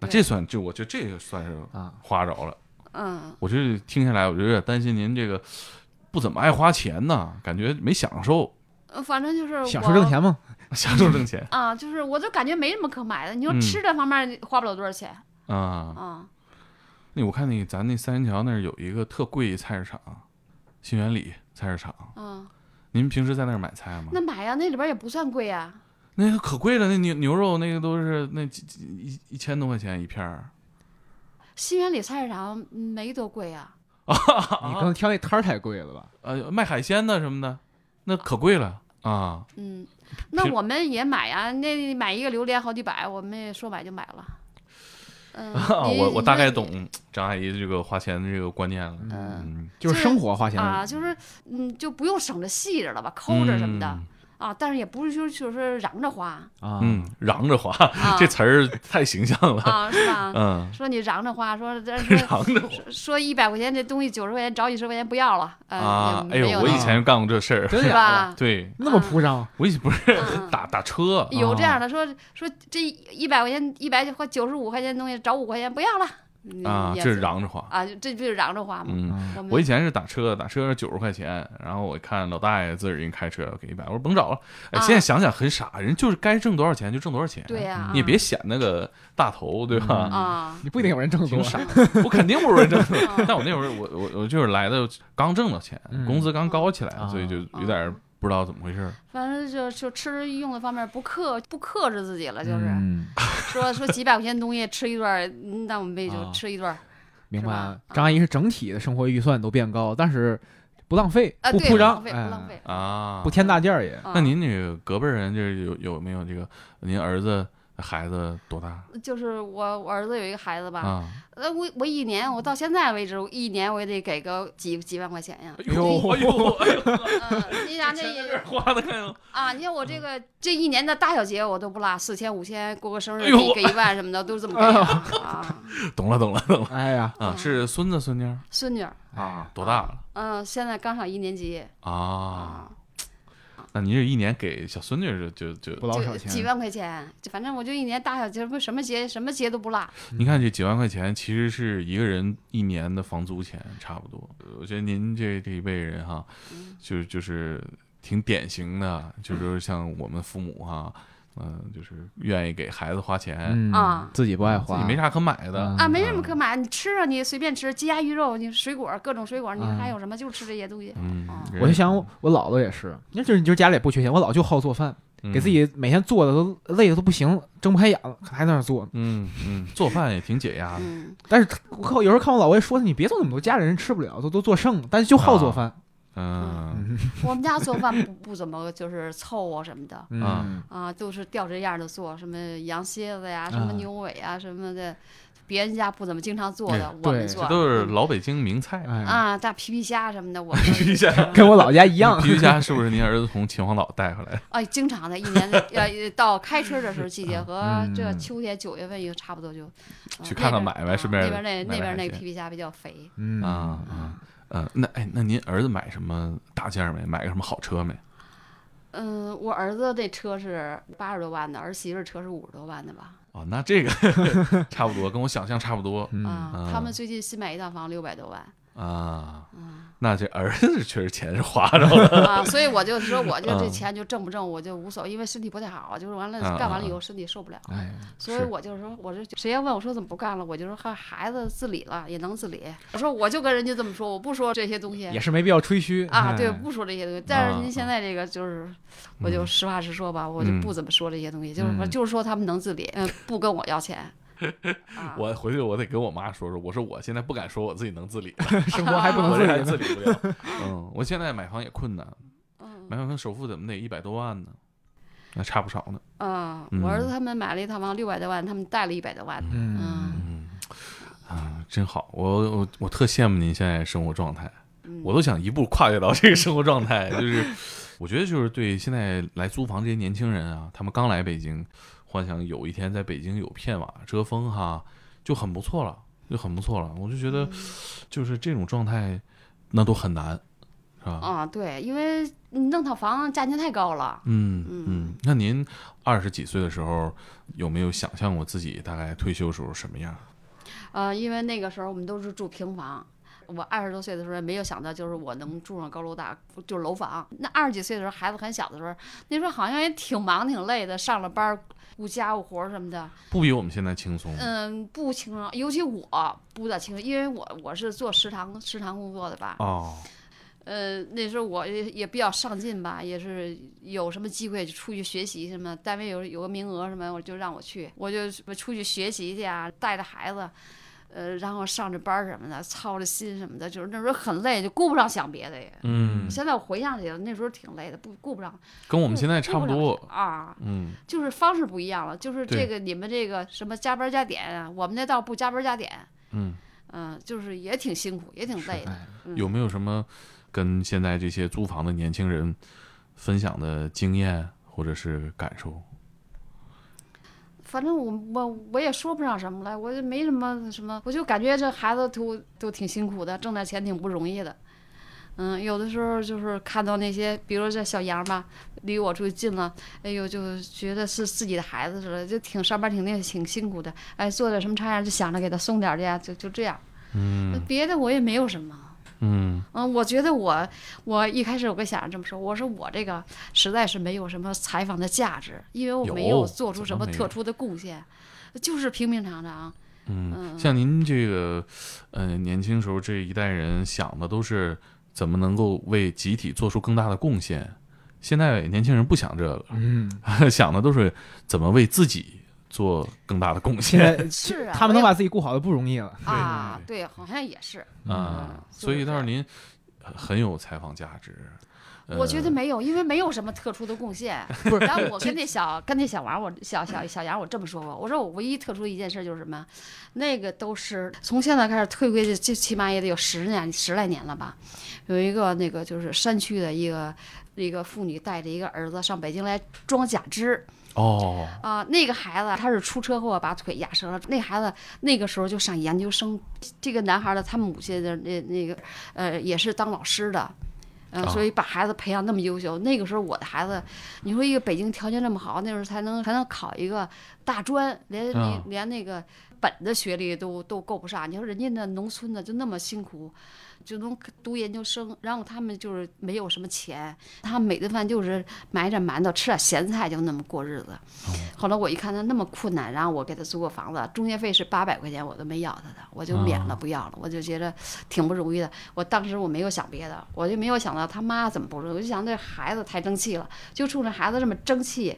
Speaker 1: 那
Speaker 2: 对
Speaker 1: 这算就我觉得这个算是
Speaker 3: 啊
Speaker 1: 花着了。
Speaker 2: 嗯，
Speaker 1: 我这听下来，我就有点担心您这个不怎么爱花钱呢，感觉没享受，
Speaker 2: 呃反正就是
Speaker 3: 享
Speaker 2: 我
Speaker 3: 受挣钱嘛，
Speaker 1: [LAUGHS] 享受挣钱
Speaker 2: 啊，就是我就感觉没什么可买的。你说
Speaker 1: 嗯
Speaker 2: 吃的方面花不了多少钱
Speaker 1: 啊。
Speaker 2: 啊，
Speaker 1: 那我看那个咱那三元桥那儿有一个特贵一菜市场，新源里菜市场，
Speaker 2: 嗯，
Speaker 1: 您平时在那儿买菜吗？
Speaker 2: 那买呀，那里边也不算贵呀，
Speaker 1: 那个可贵了，那牛牛肉那个都是那几几一一千多块钱一片儿。
Speaker 2: 新源里菜市场没多贵呀，
Speaker 1: 啊
Speaker 3: 你刚挑那摊儿太贵了吧？
Speaker 1: 呃，卖海鲜的什么的，那可贵了啊！
Speaker 2: 嗯，那
Speaker 1: 平，
Speaker 2: 我们也买呀，那买一个榴莲好几百，我们也说买就买了。嗯
Speaker 1: [LAUGHS]
Speaker 2: 你
Speaker 1: 啊我我
Speaker 2: 你
Speaker 1: 大
Speaker 2: 说
Speaker 1: 概懂张阿姨这个花钱的这个观念了。嗯，
Speaker 3: 就是
Speaker 2: 就是
Speaker 3: 生活花钱
Speaker 2: 啊，就是嗯，就不用省着细着了吧，抠着什么的、啊，但是也不是说就是嚷
Speaker 1: [LAUGHS]
Speaker 2: 着花
Speaker 3: 啊
Speaker 1: 嗯，嗯，嚷着花、[LAUGHS]
Speaker 2: 啊
Speaker 1: 这词儿太形象了。
Speaker 2: 啊，嗯是吧？
Speaker 1: 嗯，
Speaker 2: 说你嚷着
Speaker 1: [LAUGHS]
Speaker 2: 花，说这说
Speaker 1: 嚷着花
Speaker 2: 说一百块钱这东西九十块钱找你十块钱不要了，呃，
Speaker 1: 啊！
Speaker 2: 也
Speaker 1: 哎
Speaker 2: 没
Speaker 1: 呦，
Speaker 2: 有
Speaker 1: 我以
Speaker 2: 那
Speaker 3: 前
Speaker 1: 前干过这事儿。
Speaker 3: 真
Speaker 2: 是
Speaker 3: 假
Speaker 2: 吧啊
Speaker 3: 的？？
Speaker 1: [LAUGHS] 对，
Speaker 3: 那么铺张，
Speaker 1: 我以前不是
Speaker 2: 嗯
Speaker 1: [LAUGHS] 打打车，
Speaker 2: 有这
Speaker 3: 啊
Speaker 2: 样
Speaker 1: 哦
Speaker 2: 的说说这一百块钱一百或九十五块钱的东西找五块钱不要了，嗯
Speaker 1: 啊，
Speaker 2: 也
Speaker 1: 这是嚷着花。
Speaker 2: 啊，就这不就是嚷着花吗？
Speaker 1: 嗯，
Speaker 3: 嗯
Speaker 2: 我们
Speaker 1: 我以前是打车，打车九十块钱，然后我看老大爷自个儿人开车，我给一百，我说甭找了。哎，
Speaker 2: 啊
Speaker 1: 现在想想很傻，人就是该挣多少钱就挣多少钱，
Speaker 2: 对呀、
Speaker 1: 你也别显那个大头，对吧？
Speaker 2: 啊
Speaker 3: 你不一定有人挣
Speaker 1: 挺
Speaker 3: 多，
Speaker 1: 傻，我肯定不是
Speaker 2: [LAUGHS]
Speaker 1: 挣的。但我那会儿我我我就是来的刚挣到钱，
Speaker 3: 嗯
Speaker 1: 工资刚高起来，
Speaker 3: 啊
Speaker 1: 所以就有点儿不知道怎么回事儿。
Speaker 2: 反正就就吃用的方面不克不克制自己了，就是、
Speaker 3: 嗯，
Speaker 2: 说说几百块钱东西吃一顿儿，嗯那我们也
Speaker 3: 啊
Speaker 2: 就吃一顿儿。
Speaker 3: 明白
Speaker 2: 是
Speaker 3: 了
Speaker 2: 吧。
Speaker 3: 张阿姨是整体的生活预算都变高，但是不浪费，
Speaker 2: 啊，
Speaker 3: 不
Speaker 2: 对，
Speaker 3: 铺
Speaker 2: 不
Speaker 3: 张，
Speaker 2: 浪费，不
Speaker 3: 哎
Speaker 2: 浪，费。
Speaker 1: 啊
Speaker 3: 不。添大件
Speaker 1: [LAUGHS]
Speaker 3: 儿也。
Speaker 2: 啊
Speaker 1: 那您那个隔辈儿人就是有有没有这个您儿子孩子多大
Speaker 2: 就是我我儿子有一个孩子吧，
Speaker 1: 啊？
Speaker 2: 呃，我我一年我到现在为止，我一年我也得给个几几万块钱呀。
Speaker 1: 哎呦哎呦，
Speaker 2: 嗯，你想这
Speaker 1: 钱在这
Speaker 2: 也
Speaker 1: 儿花的看着
Speaker 2: 啊，你看
Speaker 3: 嗯
Speaker 2: 我这个这一年的大小节我都不落，四千、五千，过个生日
Speaker 1: 哎呦
Speaker 2: 给给一万什么的，都是这么给的啊。
Speaker 1: 懂了懂了懂了
Speaker 3: 哎呀，
Speaker 1: 啊！是孙子孙女儿
Speaker 2: 孙女儿，
Speaker 1: 啊？多大了？
Speaker 2: 嗯，现在刚上一年级
Speaker 1: 啊，
Speaker 2: 啊，
Speaker 1: 那您这一年给小孙女儿就就
Speaker 3: 不
Speaker 1: 就，
Speaker 3: 老
Speaker 2: 就
Speaker 3: 少
Speaker 2: 几
Speaker 3: 钱。啊
Speaker 2: 万块钱，就反正我就一年大小节不什么节什么节都不落。
Speaker 1: 你看这几万块钱其实是一个人一年的房租钱差不多。呃我觉得您这这一辈人哈，就就是挺典型的，就是说像我们父母哈，嗯、就是愿意给孩子花钱，
Speaker 3: 嗯
Speaker 2: 啊
Speaker 3: 自己不爱花，
Speaker 1: 哎自己没啥可买的
Speaker 3: 嗯
Speaker 2: 啊，没什么可买，你吃啊，你随便吃，鸡鸭鱼肉，你水果各种水果，你
Speaker 3: 嗯
Speaker 2: 还有什么就吃这些东西。
Speaker 1: 嗯
Speaker 2: 啊，
Speaker 1: 人
Speaker 3: 我就想我我姥姥也是，那就是你就是家里也不缺钱，我姥就好做饭，
Speaker 1: 嗯
Speaker 3: 给自己每天做的都累的都不行，睁不开眼了，还在那儿做。
Speaker 1: 嗯嗯嗯做饭也挺解压的。
Speaker 2: 嗯，
Speaker 3: 但是我靠，有时候看我姥我也说她你别做那么多，家里人吃不了，都都做剩了，但是就好做饭。
Speaker 1: 嗯，
Speaker 2: 我们家做饭不不怎么就是凑啊什么的
Speaker 1: 啊
Speaker 3: 嗯，
Speaker 2: 啊，都是吊着样儿的做，什么羊蝎子呀，什么
Speaker 3: 啊
Speaker 2: 牛尾啊，什么的，别人家不怎么经常做的，
Speaker 1: 哎
Speaker 2: 我
Speaker 3: 对
Speaker 2: 们做
Speaker 1: 这都是老北京名菜。 [LAUGHS]
Speaker 3: 哎，
Speaker 2: 啊，大皮皮虾什么的，我们
Speaker 1: 皮皮虾，
Speaker 3: 跟我老家一
Speaker 1: [LAUGHS]
Speaker 3: 样
Speaker 1: 皮。皮虾是不是您儿子从秦皇岛带回来的？
Speaker 2: 哎，经常的，一年的 [LAUGHS] 要到开春的时候季
Speaker 1: 啊
Speaker 2: 节和
Speaker 3: 嗯
Speaker 2: 这秋天九月份也差不多就啊
Speaker 1: 去看看
Speaker 2: 那边
Speaker 1: 买卖
Speaker 2: 啊
Speaker 1: 顺便
Speaker 2: 那边那
Speaker 1: 买
Speaker 2: 那
Speaker 1: 买
Speaker 2: 边
Speaker 1: 海
Speaker 2: 那
Speaker 1: 鲜
Speaker 2: 皮皮虾比较肥，
Speaker 3: 嗯
Speaker 1: 啊啊呃，那哎，那您儿子买什么大件儿没？买个什么好车没？
Speaker 2: 嗯，我儿子这车是八十多万的，儿媳妇儿车是五十多万的吧？
Speaker 1: 哦，
Speaker 3: [LAUGHS]
Speaker 1: 那这个差不多，跟我想象差不多。
Speaker 3: 嗯
Speaker 2: 啊，
Speaker 1: 啊
Speaker 2: 他们最近新买一套房六百多万，
Speaker 1: 啊，
Speaker 2: 嗯
Speaker 1: 那这儿子确实钱是花着 [LAUGHS] 了，
Speaker 2: 啊，所以我就说，我就这钱就挣不挣，我就无所谓，因为身体不太好，就是完了
Speaker 1: 啊
Speaker 2: 干完
Speaker 1: 啊
Speaker 2: 了以
Speaker 1: 啊
Speaker 2: 后身体受不了，
Speaker 3: 哎，
Speaker 2: 所以
Speaker 3: 是
Speaker 2: 我就说，我是谁要问我说怎么不干了，我就说孩孩子自理了也能自理，我说我就跟人家这么说，我不说这些东西
Speaker 3: 也是没必要吹嘘
Speaker 2: 啊，
Speaker 3: 哎
Speaker 2: 对，不说这些东西。但
Speaker 1: 啊嗯
Speaker 2: 是您现在这个就是，我就实话实说吧，我就不怎么说这些东西，就是说
Speaker 3: 嗯
Speaker 2: 就是说他们能自理，嗯，不跟我
Speaker 1: [LAUGHS]
Speaker 2: 要钱。啊，
Speaker 1: 我回去我得跟我妈说说，我说我现在不敢说我自己能自理，
Speaker 3: 生活还不
Speaker 1: [LAUGHS]
Speaker 3: 能
Speaker 1: 我这还自
Speaker 3: 自理呢。
Speaker 1: 理不了。 [LAUGHS] 嗯，我现在买房也困难，
Speaker 2: 嗯
Speaker 1: 买房首付怎么得一百多万呢？那差不少呢。
Speaker 2: 啊，
Speaker 1: 嗯
Speaker 2: 我儿子他们买了一套房六百多万，他们贷了一百多万，
Speaker 3: 嗯，
Speaker 1: 啊，真好，我我我特羡慕您现在生活状态，我都想一步跨越到这个生活状态。就是，我觉得就是对现在来租房这些年轻人啊，他们刚来北京，幻想有一天在北京有片瓦遮风哈，就很不错了，就很不错了。我就觉得，就是这种状态，那都很难，是吧？
Speaker 2: 啊，对，因为你弄套房价钱太高了。
Speaker 1: 嗯嗯，那您二十几岁的时候，有没有想象过自己大概退休时候什么样？
Speaker 2: 呃，因为那个时候我们都是住平房。我二十多岁的时候也没有想到，就是我能住上高楼大，就是楼房。那二十几岁的时候，孩子很小的时候，那时候好像也挺忙挺累的，上了班儿顾家务活儿什么的。
Speaker 1: 不比我们现在轻松。
Speaker 2: 嗯，不轻松，尤其我不咋轻松，因为我我是做食堂食堂工作的吧。
Speaker 1: 哦，
Speaker 2: 呃，那时候我也也比较上进吧，也是有什么机会就出去学习什么，单位有有个名额什么，我就让我去，我就什么出去学习去啊，带着孩子，呃，然后上着班儿什么的，操着心什么的，就是那时候很累，就顾不上想别的也。
Speaker 1: 嗯，
Speaker 2: 现在我回想起来，那时候挺累的，不顾不上。
Speaker 1: 跟我
Speaker 2: 我
Speaker 1: 们现在差嗯不多。
Speaker 2: 啊，
Speaker 1: 嗯，
Speaker 2: 就是方式不一样了，就是
Speaker 1: 对
Speaker 2: 这个你们这个什么加班加点啊，我们那倒不加班加点，
Speaker 1: 嗯
Speaker 2: 嗯、就是也挺辛苦，也挺累的。
Speaker 3: 哎
Speaker 2: 嗯
Speaker 1: 有没有什么跟现在这些租房的年轻人分享的经验或者是感受？
Speaker 2: 反正我我我也说不上什么来，我就没什么什么，我就感觉这孩子都都挺辛苦的，挣点钱挺不容易的。嗯，有的时候就是看到那些，比如这小杨吧，离我最近了，哎呦，就觉得是自己的孩子似的，就挺上班挺累，挺辛苦的。哎，做点什么差样，就想着给他送点儿去啊，就就这样。嗯，别的我也没有什么。
Speaker 1: 嗯
Speaker 2: 嗯，我觉得我我一开始我跟小杨这么说，我说我这个实在是没有什么采访的价值，因为我没
Speaker 1: 有
Speaker 2: 有做出
Speaker 1: 怎
Speaker 2: 什
Speaker 1: 么
Speaker 2: 么
Speaker 1: 没
Speaker 2: 特
Speaker 1: 有
Speaker 2: 殊的贡献，就是平平常常。
Speaker 1: 嗯，像您这个，呃，年轻时候这一代人想的都是怎么能够为集体做出更大的贡献。现在年轻人不想这个了，
Speaker 3: 嗯，
Speaker 1: 想的都是怎么为自己做更大的贡
Speaker 3: 现
Speaker 1: 献
Speaker 3: 在
Speaker 2: [LAUGHS] 是啊
Speaker 3: 他们能
Speaker 2: 我
Speaker 3: 把自己顾好的不容易了。
Speaker 2: 啊，对，好像也是。
Speaker 1: 啊
Speaker 2: 嗯，
Speaker 1: 所以
Speaker 2: 就是
Speaker 1: 倒是您很有采访价值。呃
Speaker 2: 我觉得没有，因为没有什么特殊的贡献。嗯 [LAUGHS] 不是，然后我跟那小跟那小王，我小小小杨，我这么说过，我说我唯一特殊的一件事就是什么，那个都是从现在开始退回去，最起码也得有十年十来年了吧。有一个那个就是山区的一个一个妇女带着一个儿子上北京来装假肢
Speaker 1: 哦，
Speaker 2: 啊、那个孩子他是出车祸把腿压折了，那孩子那个时候就上研究生，这个男孩的他母亲的那那个呃也是当老师的。嗯，
Speaker 1: 啊
Speaker 2: 所以把孩子培养那么优秀，那个时候我的孩子，你说一个北京条件那么好，那时候才能才能考一个大专，连连、
Speaker 1: 啊
Speaker 2: 连那个本的学历都都够不上。你说人家那农村的就那么辛苦，就能读研究生，然后他们就是没有什么钱，他们每顿饭就是买点馒头，吃点咸菜，就那么过日子。后来我一看他那么困难，然后我给他租个房子，中介费是八百块钱，我都没要他的，我就免了，不要了。我就觉得挺不容易的。我当时我没有想别的，我就没有想到他妈怎么不容易，我就想这孩子太争气了，就冲着孩子这么争气，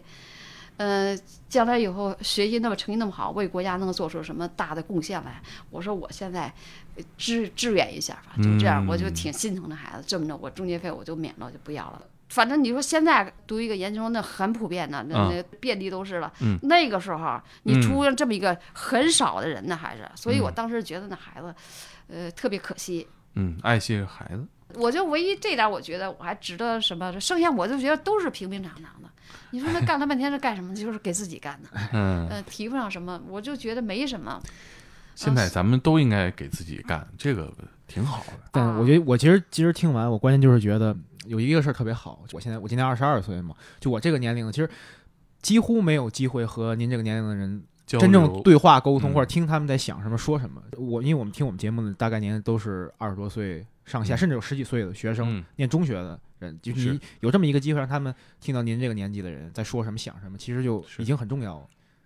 Speaker 2: 呃，将来以后学习那么成绩那么好，为国家能做出什么大的贡献来？我说我现在呃支支援一下吧，就这样，我就挺心疼这孩子。这么着，我中介费我就免了，我就不要了。反正你说现在读一个研究生，那很普遍的，那那遍地都是了。
Speaker 1: 啊嗯
Speaker 2: 那个时候啊你
Speaker 1: 嗯
Speaker 2: 出这么一个很少的人呢，还是，所以我当时觉得那孩子，呃，特别可惜。
Speaker 1: 嗯，爱惜孩子。
Speaker 2: 我就唯一这点，我觉得我还值得什么，剩下我就觉得都是平平常常的。你说那干了半天是干什么？就是给自己干的，
Speaker 1: [LAUGHS] 嗯，
Speaker 2: 呃，提不上什么，我就觉得没什么。
Speaker 1: 现
Speaker 2: 啊
Speaker 1: 在咱们都应该给自己干，这个挺好的。
Speaker 2: 啊
Speaker 3: 但我觉得，我其实其实听完，我关键就是觉得有一个事儿特别好。我现在我今年二十二岁嘛，就我这个年龄，其实几乎没有机会和您这个年龄的人
Speaker 1: 交
Speaker 3: 真
Speaker 1: 流
Speaker 3: 正对话沟
Speaker 1: 嗯
Speaker 3: 通或者听他们在想什么说什么。我因为我们听我们节目的大概年龄都是二十多岁上下，
Speaker 1: 嗯
Speaker 3: 甚至有十几岁的学生
Speaker 1: 嗯，
Speaker 3: 念中学的人，就是
Speaker 1: 是
Speaker 3: 你有这么一个机会让他们听到您这个年纪的人在说什么想什么，其实就是已经很重要了。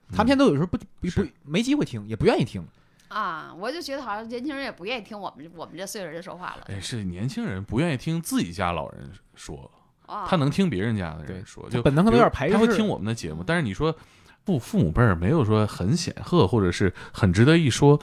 Speaker 1: 嗯
Speaker 3: 他们现在都有时候不不不
Speaker 1: 是
Speaker 3: 没机会听，也不愿意听。
Speaker 2: 啊，我就觉得好像年轻人也不愿意听我们我们这岁数人说话了。
Speaker 1: 哎，是年轻人不愿意听自己家老人说，
Speaker 2: 啊，
Speaker 1: 他能听别人家的人
Speaker 3: 对
Speaker 1: 说，
Speaker 3: 他
Speaker 1: 就
Speaker 3: 本能可能有
Speaker 1: 比如
Speaker 3: 点排斥
Speaker 1: 他会听我们的节目，但是你说父父母辈儿没有说很显赫或者是很值得一说，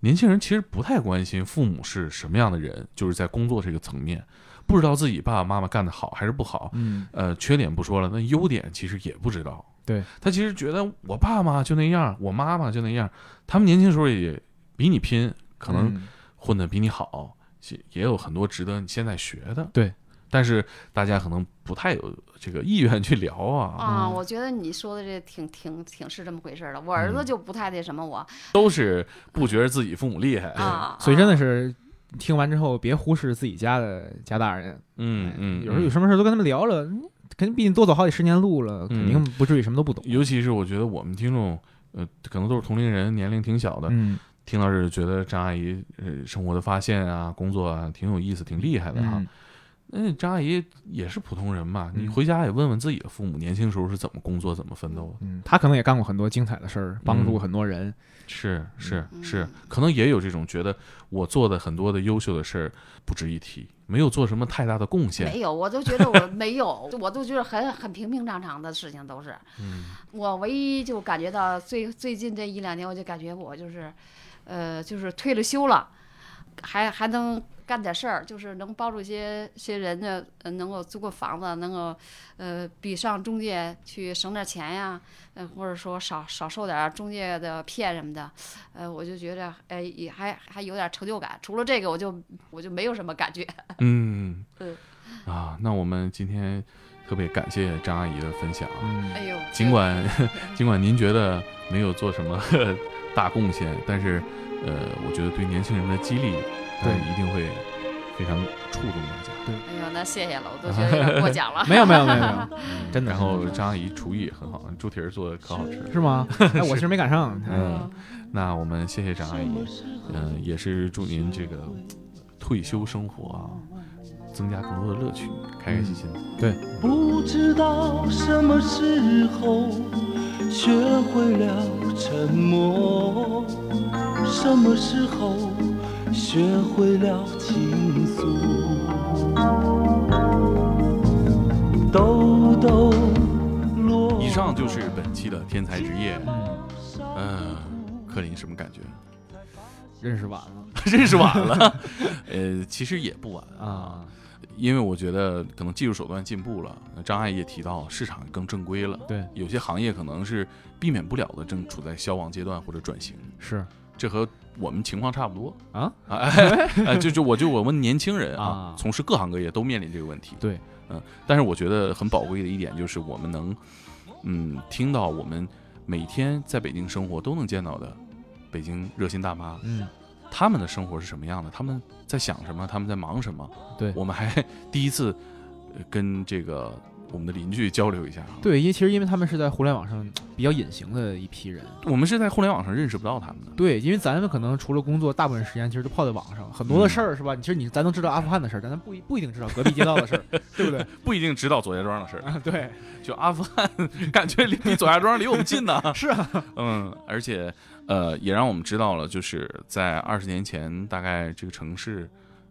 Speaker 1: 年轻人其实不太关心父母是什么样的人，就是在工作这个层面，不知道自己爸爸妈妈干得好还是不好，
Speaker 3: 嗯，
Speaker 1: 呃，缺点不说了，那优点其实也不知道。
Speaker 3: 对
Speaker 1: 他其实觉得我爸妈就那样，我妈妈就那样，他们年轻时候也比你拼，可能
Speaker 3: 嗯
Speaker 1: 混得比你好，也也有很多值得你现在学的。
Speaker 3: 对，
Speaker 1: 但是大家可能不太有这个意愿去聊啊，
Speaker 2: 啊，
Speaker 3: 嗯
Speaker 2: 我觉得你说的这挺挺挺是这么回事儿的。我儿子
Speaker 1: 嗯
Speaker 2: 就不太那什么我
Speaker 1: 都是不觉得自己父母厉害。
Speaker 2: 啊，
Speaker 3: 哎所以真的
Speaker 2: 啊
Speaker 3: 是。听完之后，别忽视自己家的家大人。哎
Speaker 1: 嗯嗯，
Speaker 3: 有时候有
Speaker 1: 嗯
Speaker 3: 什么事儿都跟他们聊了，嗯肯定毕竟多走好几十年路了，
Speaker 1: 嗯
Speaker 3: 肯定不至于什么都不懂。
Speaker 1: 尤其是我觉得我们听众，呃，可能都是同龄人，年龄挺小的，
Speaker 3: 嗯
Speaker 1: 听到这儿觉得张阿姨呃生活的发现啊，工作啊挺有意思，挺厉害的哈。
Speaker 3: 嗯
Speaker 1: 那张阿姨也是普通人嘛，你
Speaker 3: 嗯
Speaker 1: 回家也问问自己的父母，年轻时候是怎么工作、怎么奋斗的。
Speaker 3: 嗯，他可能也干过很多精彩的事儿，帮助
Speaker 1: 嗯
Speaker 3: 很多人。
Speaker 1: 是是
Speaker 2: 嗯
Speaker 1: 是，可能也有这种觉得我做的很多的优秀的事儿不值一提，没有做什么太大的贡献。
Speaker 2: 没有，我都觉得我没有，我都觉得很很平平常常的事情都是。
Speaker 1: 嗯
Speaker 2: 我唯一就感觉到最最近这一两年，我就感觉我就是，呃，就是退了休了，还还能干点事儿，就是能帮助一些些人呢，呃能够租个房子，能够呃比上中介去省点钱呀，呃或者说少少受点中介的骗什么的，呃我就觉着哎也还还有点成就感。除了这个，我就我就没有什么感觉。
Speaker 1: 嗯
Speaker 2: 嗯
Speaker 1: 啊，那我们今天特别感谢张阿姨的分享啊。
Speaker 3: 嗯，
Speaker 2: 哎呦，
Speaker 1: 尽管 [LAUGHS] 尽管您觉得没有做什么 [LAUGHS] 大贡献，但是呃，我觉得对年轻人的激励，
Speaker 3: 对。
Speaker 1: 呃一定会非常触动大家。
Speaker 2: 哎呦，那谢谢了，我都觉得有点过奖了
Speaker 3: [LAUGHS] 没有没有没有没有， [LAUGHS] 嗯真的
Speaker 1: 然后张阿姨厨艺也很好，猪蹄儿做的可好吃了。
Speaker 3: 是吗？哎，我其实没赶上。
Speaker 1: 嗯，那我们谢谢张阿姨，嗯、也是祝您这个退休生活啊，增加更多的乐趣，开开心心的。
Speaker 3: 对，
Speaker 5: 不知道什么时候学会了沉默，什么时候学会了倾诉。兜兜落落，
Speaker 1: 以上就是本期的天才职业，
Speaker 3: 嗯，
Speaker 1: 嗯、克林什么感觉？
Speaker 3: 认识晚了
Speaker 1: [LAUGHS] 认识晚了，呃，其实也不晚啊，
Speaker 3: [LAUGHS] 啊。
Speaker 1: 因为我觉得可能技术手段进步了，张阿姨也提到市场更正规了，
Speaker 3: 对，
Speaker 1: 有些行业可能是避免不了的，正处在消亡阶段或者转型，
Speaker 3: 是
Speaker 1: 这和我们情况差不多 [LAUGHS]
Speaker 3: 啊
Speaker 1: 啊，哎哎就就我就我们年轻人啊
Speaker 3: 啊，
Speaker 1: 从事各行各业都面临这个问题，
Speaker 3: 对，
Speaker 1: 嗯，但是我觉得很宝贵的一点就是我们能，嗯，听到我们每天在北京生活都能见到的北京热心大妈，
Speaker 3: 嗯，
Speaker 1: 他们的生活是什么样的，他们在想什么，他们在忙什么。
Speaker 3: 对
Speaker 1: 我们还第一次呃跟这个我们的邻居交流一下啊。
Speaker 3: 对，因为其实因为他们是在互联网上比较隐形的一批人。
Speaker 1: 我们是在互联网上认识不到他们的。
Speaker 3: 对，因为咱们可能除了工作，大部分时间其实都泡在网上，很
Speaker 1: 嗯
Speaker 3: 多的事儿是吧？其实你咱能知道阿富汗的事儿，但咱不一不一定知道隔壁街道的
Speaker 1: [LAUGHS]
Speaker 3: 事儿，对不对？
Speaker 1: 不一定知道左家庄的事儿，
Speaker 3: 啊，
Speaker 1: [LAUGHS]
Speaker 3: 对，
Speaker 1: 就阿富汗，感觉离比左家庄离我们近呢。
Speaker 3: [LAUGHS] 是啊，
Speaker 1: 嗯，而且呃，也让我们知道了，就是在二十年前，大概这个城市，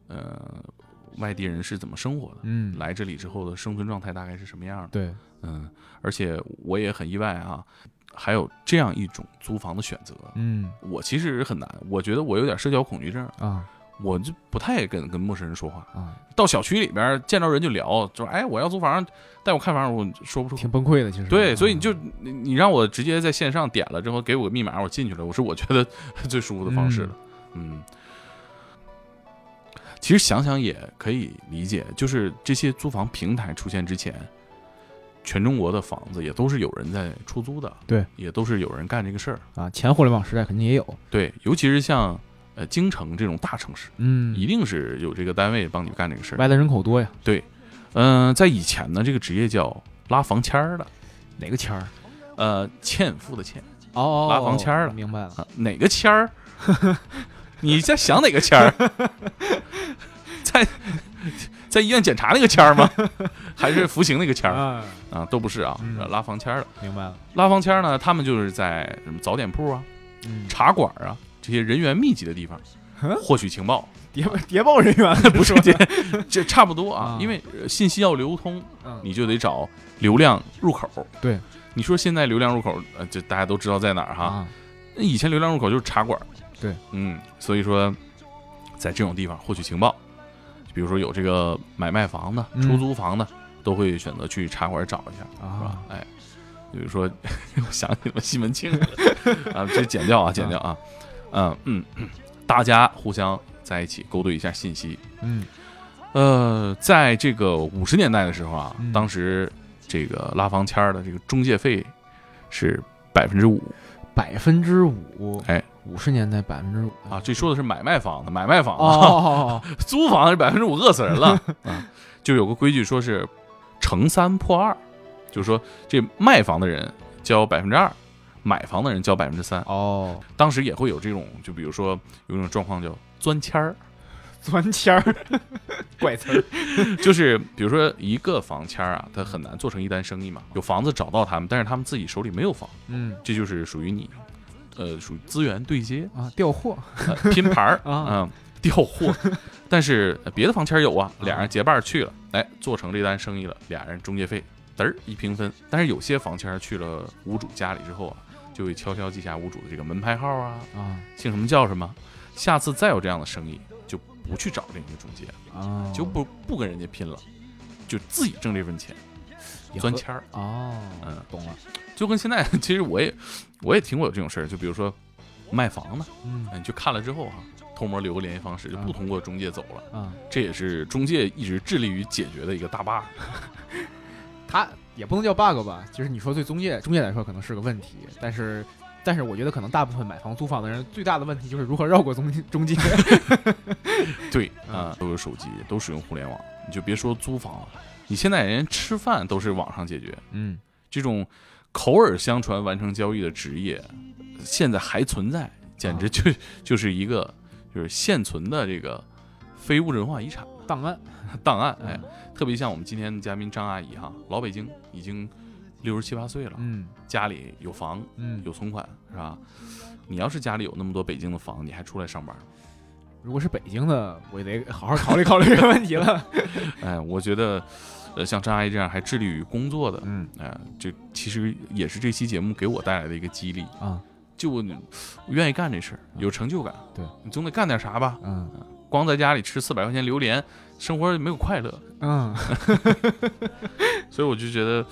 Speaker 1: 呃，外地人是怎么生活的，
Speaker 3: 嗯，
Speaker 1: 来这里之后的生存状态大概是什么样的。
Speaker 3: 对，
Speaker 1: 嗯，而且我也很意外啊，还有这样一种租房的选择。
Speaker 3: 嗯
Speaker 1: 我其实很难，我觉得我有点社交恐惧症，
Speaker 3: 啊
Speaker 1: 我就不太跟跟陌生人说话。
Speaker 3: 啊，
Speaker 1: 到小区里边见着人就聊，就说哎，我要租房，带我看房，我说不出口。
Speaker 3: 挺崩溃的，其实。啊
Speaker 1: 对，所以你就你你让我直接在线上点了之后，给我个密码，我进去了，我是我觉得 [LAUGHS] 最舒服的方式了。嗯，其实想想也可以理解，就是这些租房平台出现之前，全中国的房子也都是有人在出租的，
Speaker 3: 对，
Speaker 1: 也都是有人干这个事儿。
Speaker 3: 啊，前互联网时代肯定也有，
Speaker 1: 对，尤其是像呃京城这种大城市，
Speaker 3: 嗯
Speaker 1: 一定是有这个单位帮你干这个事儿。
Speaker 3: 外来人口多呀，
Speaker 1: 嗯、在以前呢，这个职业叫拉房签儿的，
Speaker 3: 哪个签儿
Speaker 1: 呃，欠付的欠，
Speaker 3: 哦，
Speaker 1: 拉房签儿了
Speaker 3: 明白了。
Speaker 1: 啊哪个签儿？ [LAUGHS] 你在想哪个签
Speaker 3: [LAUGHS]
Speaker 1: 儿？在在医院检查那个签儿吗？ [LAUGHS] 还是服刑那个签儿
Speaker 3: 啊，
Speaker 1: 啊？都不是啊，
Speaker 3: 嗯
Speaker 1: 拉房签儿的。
Speaker 3: 明白了。
Speaker 1: 拉房签儿呢，他们就是在什么早点铺啊、
Speaker 3: 嗯，
Speaker 1: 茶馆啊这些人员密集的地方
Speaker 3: 嗯
Speaker 1: 获取情报，
Speaker 3: 谍谍报人员
Speaker 1: [LAUGHS] 不是这这差不多啊
Speaker 3: 啊，
Speaker 1: 因为呃信息要流通，
Speaker 3: 嗯
Speaker 1: 你就得找流量入口。
Speaker 3: 对，
Speaker 1: 你说现在流量入口，呃，这大家都知道在哪儿哈。
Speaker 3: 啊，
Speaker 1: 那以前流量入口就是茶馆，
Speaker 3: 对，
Speaker 1: 嗯，所以说在这种地方获取情报，比如说有这个买卖房的、
Speaker 3: 嗯
Speaker 1: 出租房的，都会选择去茶馆找一下，
Speaker 3: 啊
Speaker 1: 是吧？哎，比如说， [LAUGHS] 我想起了西门
Speaker 3: [LAUGHS]
Speaker 1: 庆啊，这剪掉啊，剪掉啊，嗯嗯，大家互相在一起勾兑一下信息。
Speaker 3: 嗯
Speaker 1: 呃，在这个五十年代的时候啊，
Speaker 3: 嗯
Speaker 1: 当时这个拉房签儿的这个中介费是百分之五，
Speaker 3: 百分之五，
Speaker 1: 哎，
Speaker 3: 五十年代百分之五
Speaker 1: 啊，，这说的是买卖房的，买卖 [LAUGHS] 房啊，
Speaker 3: 哦，
Speaker 1: 租房是百分之五，饿死人了啊！就有个规矩说是乘三破二，就是说这卖房的人交百分之二，买房的人交百分之三。
Speaker 3: 哦，
Speaker 1: 当时也会有这种，就比如说有一种状况叫钻签儿，
Speaker 3: 钻签儿， [LAUGHS] 怪词儿，
Speaker 1: 就是比如说一个房签儿啊，它很难做成一单生意嘛，有房子找到他们，但是他们自己手里没有房，
Speaker 3: 嗯
Speaker 1: 这就是属于你，呃，属于资源对接。
Speaker 3: 啊，调货
Speaker 1: 呃拼盘儿
Speaker 3: 啊
Speaker 1: 嗯，调货。 [LAUGHS] 但是呃别的房签儿有啊，俩人结伴儿去了，哎，做成这单生意了，俩人中介费嘚儿一平分。但是有些房签儿去了屋主家里之后啊，就会悄悄记下屋主的这个门牌号啊，
Speaker 3: 啊
Speaker 1: 姓什么叫什么。下次再有这样的生意，就不去找另一个中介了，
Speaker 3: 啊，
Speaker 1: 就不不跟人家拼了，就自己挣这份钱，
Speaker 3: 也
Speaker 1: 钻
Speaker 3: 合
Speaker 1: 签儿。
Speaker 3: 哦，
Speaker 1: 嗯，
Speaker 3: 懂了，
Speaker 1: 就跟现在 [LAUGHS] 其实我也我也听过有这种事儿，就比如说卖房的，
Speaker 3: 嗯
Speaker 1: 哎你去看了之后哈、偷摸留个联系方式，就不通过中介走了。
Speaker 3: 啊，
Speaker 1: 这也是中介一直致力于解决的一个大 bug。
Speaker 3: 它也不能叫 bug 吧，就是你说对中介中介来说可能是个问题，但是。但是我觉得可能大部分买房租房的人最大的问题就是如何绕过中介
Speaker 1: [LAUGHS]
Speaker 3: 中介
Speaker 1: 对
Speaker 3: 嗯
Speaker 1: 啊、都有手机，都使用互联网，你就别说租房了，你现在连吃饭都是网上解决。
Speaker 3: 嗯，
Speaker 1: 这种口耳相传完成交易的职业，现在还存在，简
Speaker 3: 啊
Speaker 1: 直就、就是一个就是现存的这个非物质文化遗产
Speaker 3: 档案，
Speaker 1: 档案。哎
Speaker 3: 嗯，
Speaker 1: 特别像我们今天的嘉宾张阿姨哈，老北京已经六十七八岁了，
Speaker 3: 嗯
Speaker 1: 家里有房，
Speaker 3: 嗯，
Speaker 1: 有存款是吧？你要是家里有那么多北京的房，你还出来上班？
Speaker 3: 如果是北京的，我也得好好考虑考 [LAUGHS] 虑这个问题了。
Speaker 1: 哎，我觉得，呃，像张阿姨这样还致力于工作的，
Speaker 3: 嗯
Speaker 1: 哎、这其实也是这期节目给我带来的一个激励。
Speaker 3: 啊，
Speaker 1: 就我愿意干这事儿，有成就感。
Speaker 3: 嗯对
Speaker 1: 你总得干点啥吧？
Speaker 3: 嗯
Speaker 1: 光在家里吃四百块钱榴莲，生活没有快乐。
Speaker 3: 嗯，
Speaker 1: 所以我就觉得，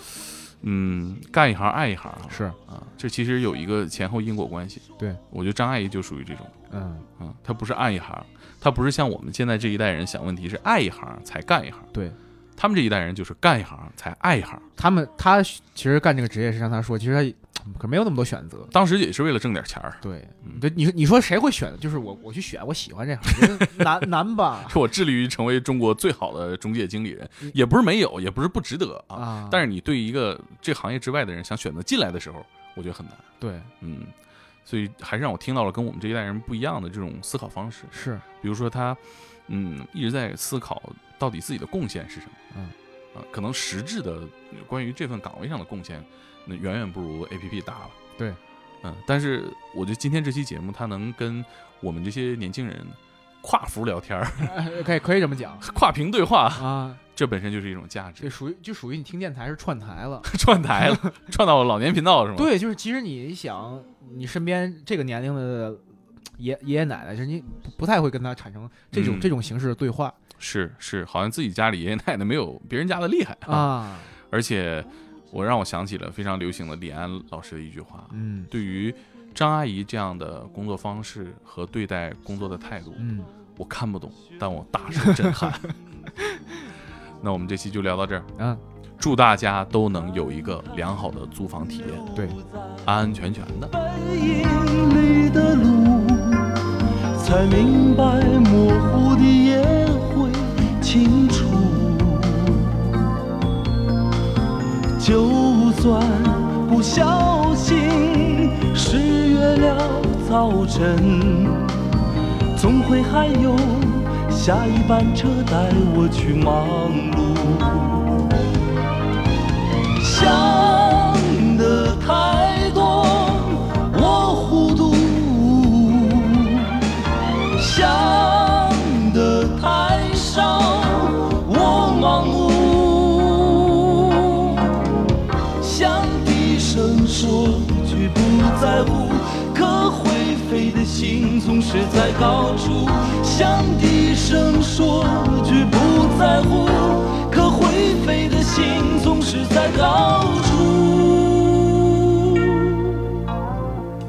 Speaker 1: 嗯，干一行爱一行啊
Speaker 3: 是，
Speaker 1: 啊，这其实有一个前后因果关系。
Speaker 3: 对，
Speaker 1: 我觉得张阿姨就属于这种。
Speaker 3: 嗯，
Speaker 1: 嗯，他不是爱一行，他不是像我们现在这一代人想问题是爱一行才干一行，
Speaker 3: 对
Speaker 1: 他们这一代人就是干一行才爱一行，
Speaker 3: 他们，他其实干这个职业是让他说，其实他嗯可没有那么多选择。
Speaker 1: 当时也是为了挣点钱儿，
Speaker 3: 对
Speaker 1: 嗯，
Speaker 3: 对，你你说谁会选？就是我，我去选，我喜欢这行，我觉得难 [LAUGHS] 难吧？
Speaker 1: [LAUGHS] 我致力于成为中国最好的中介经理人，也不是没有，也不是不值得啊，
Speaker 3: 嗯啊，
Speaker 1: 但
Speaker 3: 是
Speaker 1: 是你对一个这行业之外的人想选择进来的时候，我觉得很难，
Speaker 3: 对，
Speaker 1: 嗯，所以还是让我听到了跟我们这一代人不一样的这种思考方式，
Speaker 3: 是，
Speaker 1: 比如说他，嗯，一直在思考到底自己的贡献是什么。
Speaker 3: 嗯，
Speaker 1: 啊，可能实质的呃关于这份岗位上的贡献，那远远不如 A P P 大了。
Speaker 3: 对，
Speaker 1: 嗯，但是我觉得今天这期节目，它能跟我们这些年轻人跨服聊天儿、 [LAUGHS]
Speaker 3: 哎可以可以这么讲
Speaker 1: 跨屏对话，
Speaker 3: 啊，
Speaker 1: 这本身就是一种价
Speaker 3: 这
Speaker 1: 值。
Speaker 3: 属于就属于你听电台是串台了。
Speaker 1: 串台了，
Speaker 3: [LAUGHS]
Speaker 1: 串到老年频道是吗？，
Speaker 3: 对，就是其实你想，你身边这个年龄的爷爷爷奶奶，就是你不不太会跟他产生这种、
Speaker 1: 嗯
Speaker 3: 这种形式的对话
Speaker 1: 是是，好像自己家里爷爷奶奶没有别人家的厉害。
Speaker 3: 啊。
Speaker 1: 而且我让我想起了非常流行的李安老师的一句话，
Speaker 3: 嗯
Speaker 1: 对于张阿姨这样的工作方式和对待工作的态度，
Speaker 3: 嗯，
Speaker 1: 我看不懂，但我大受震
Speaker 3: [LAUGHS]
Speaker 1: 撼。那我们这期就聊到这儿，
Speaker 3: 啊，
Speaker 1: 祝大家都能有一个良好的租房体验，
Speaker 3: 对。
Speaker 1: 安安全全的。
Speaker 5: 背影里的路，才明白模糊的也会清楚。就算不小心失早晨，总会还有下一班车带我去忙碌。想的太多，我糊涂；想的太少，我盲目。想低声说句不在乎，可会飞的心总是在高处。想低声说句不在乎，可会飞的心总是在高处。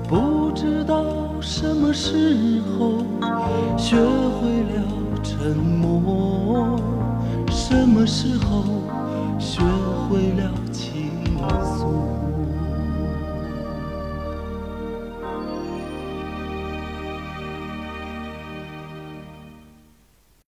Speaker 5: 不知道什么时候学会了沉默，什么时候学会了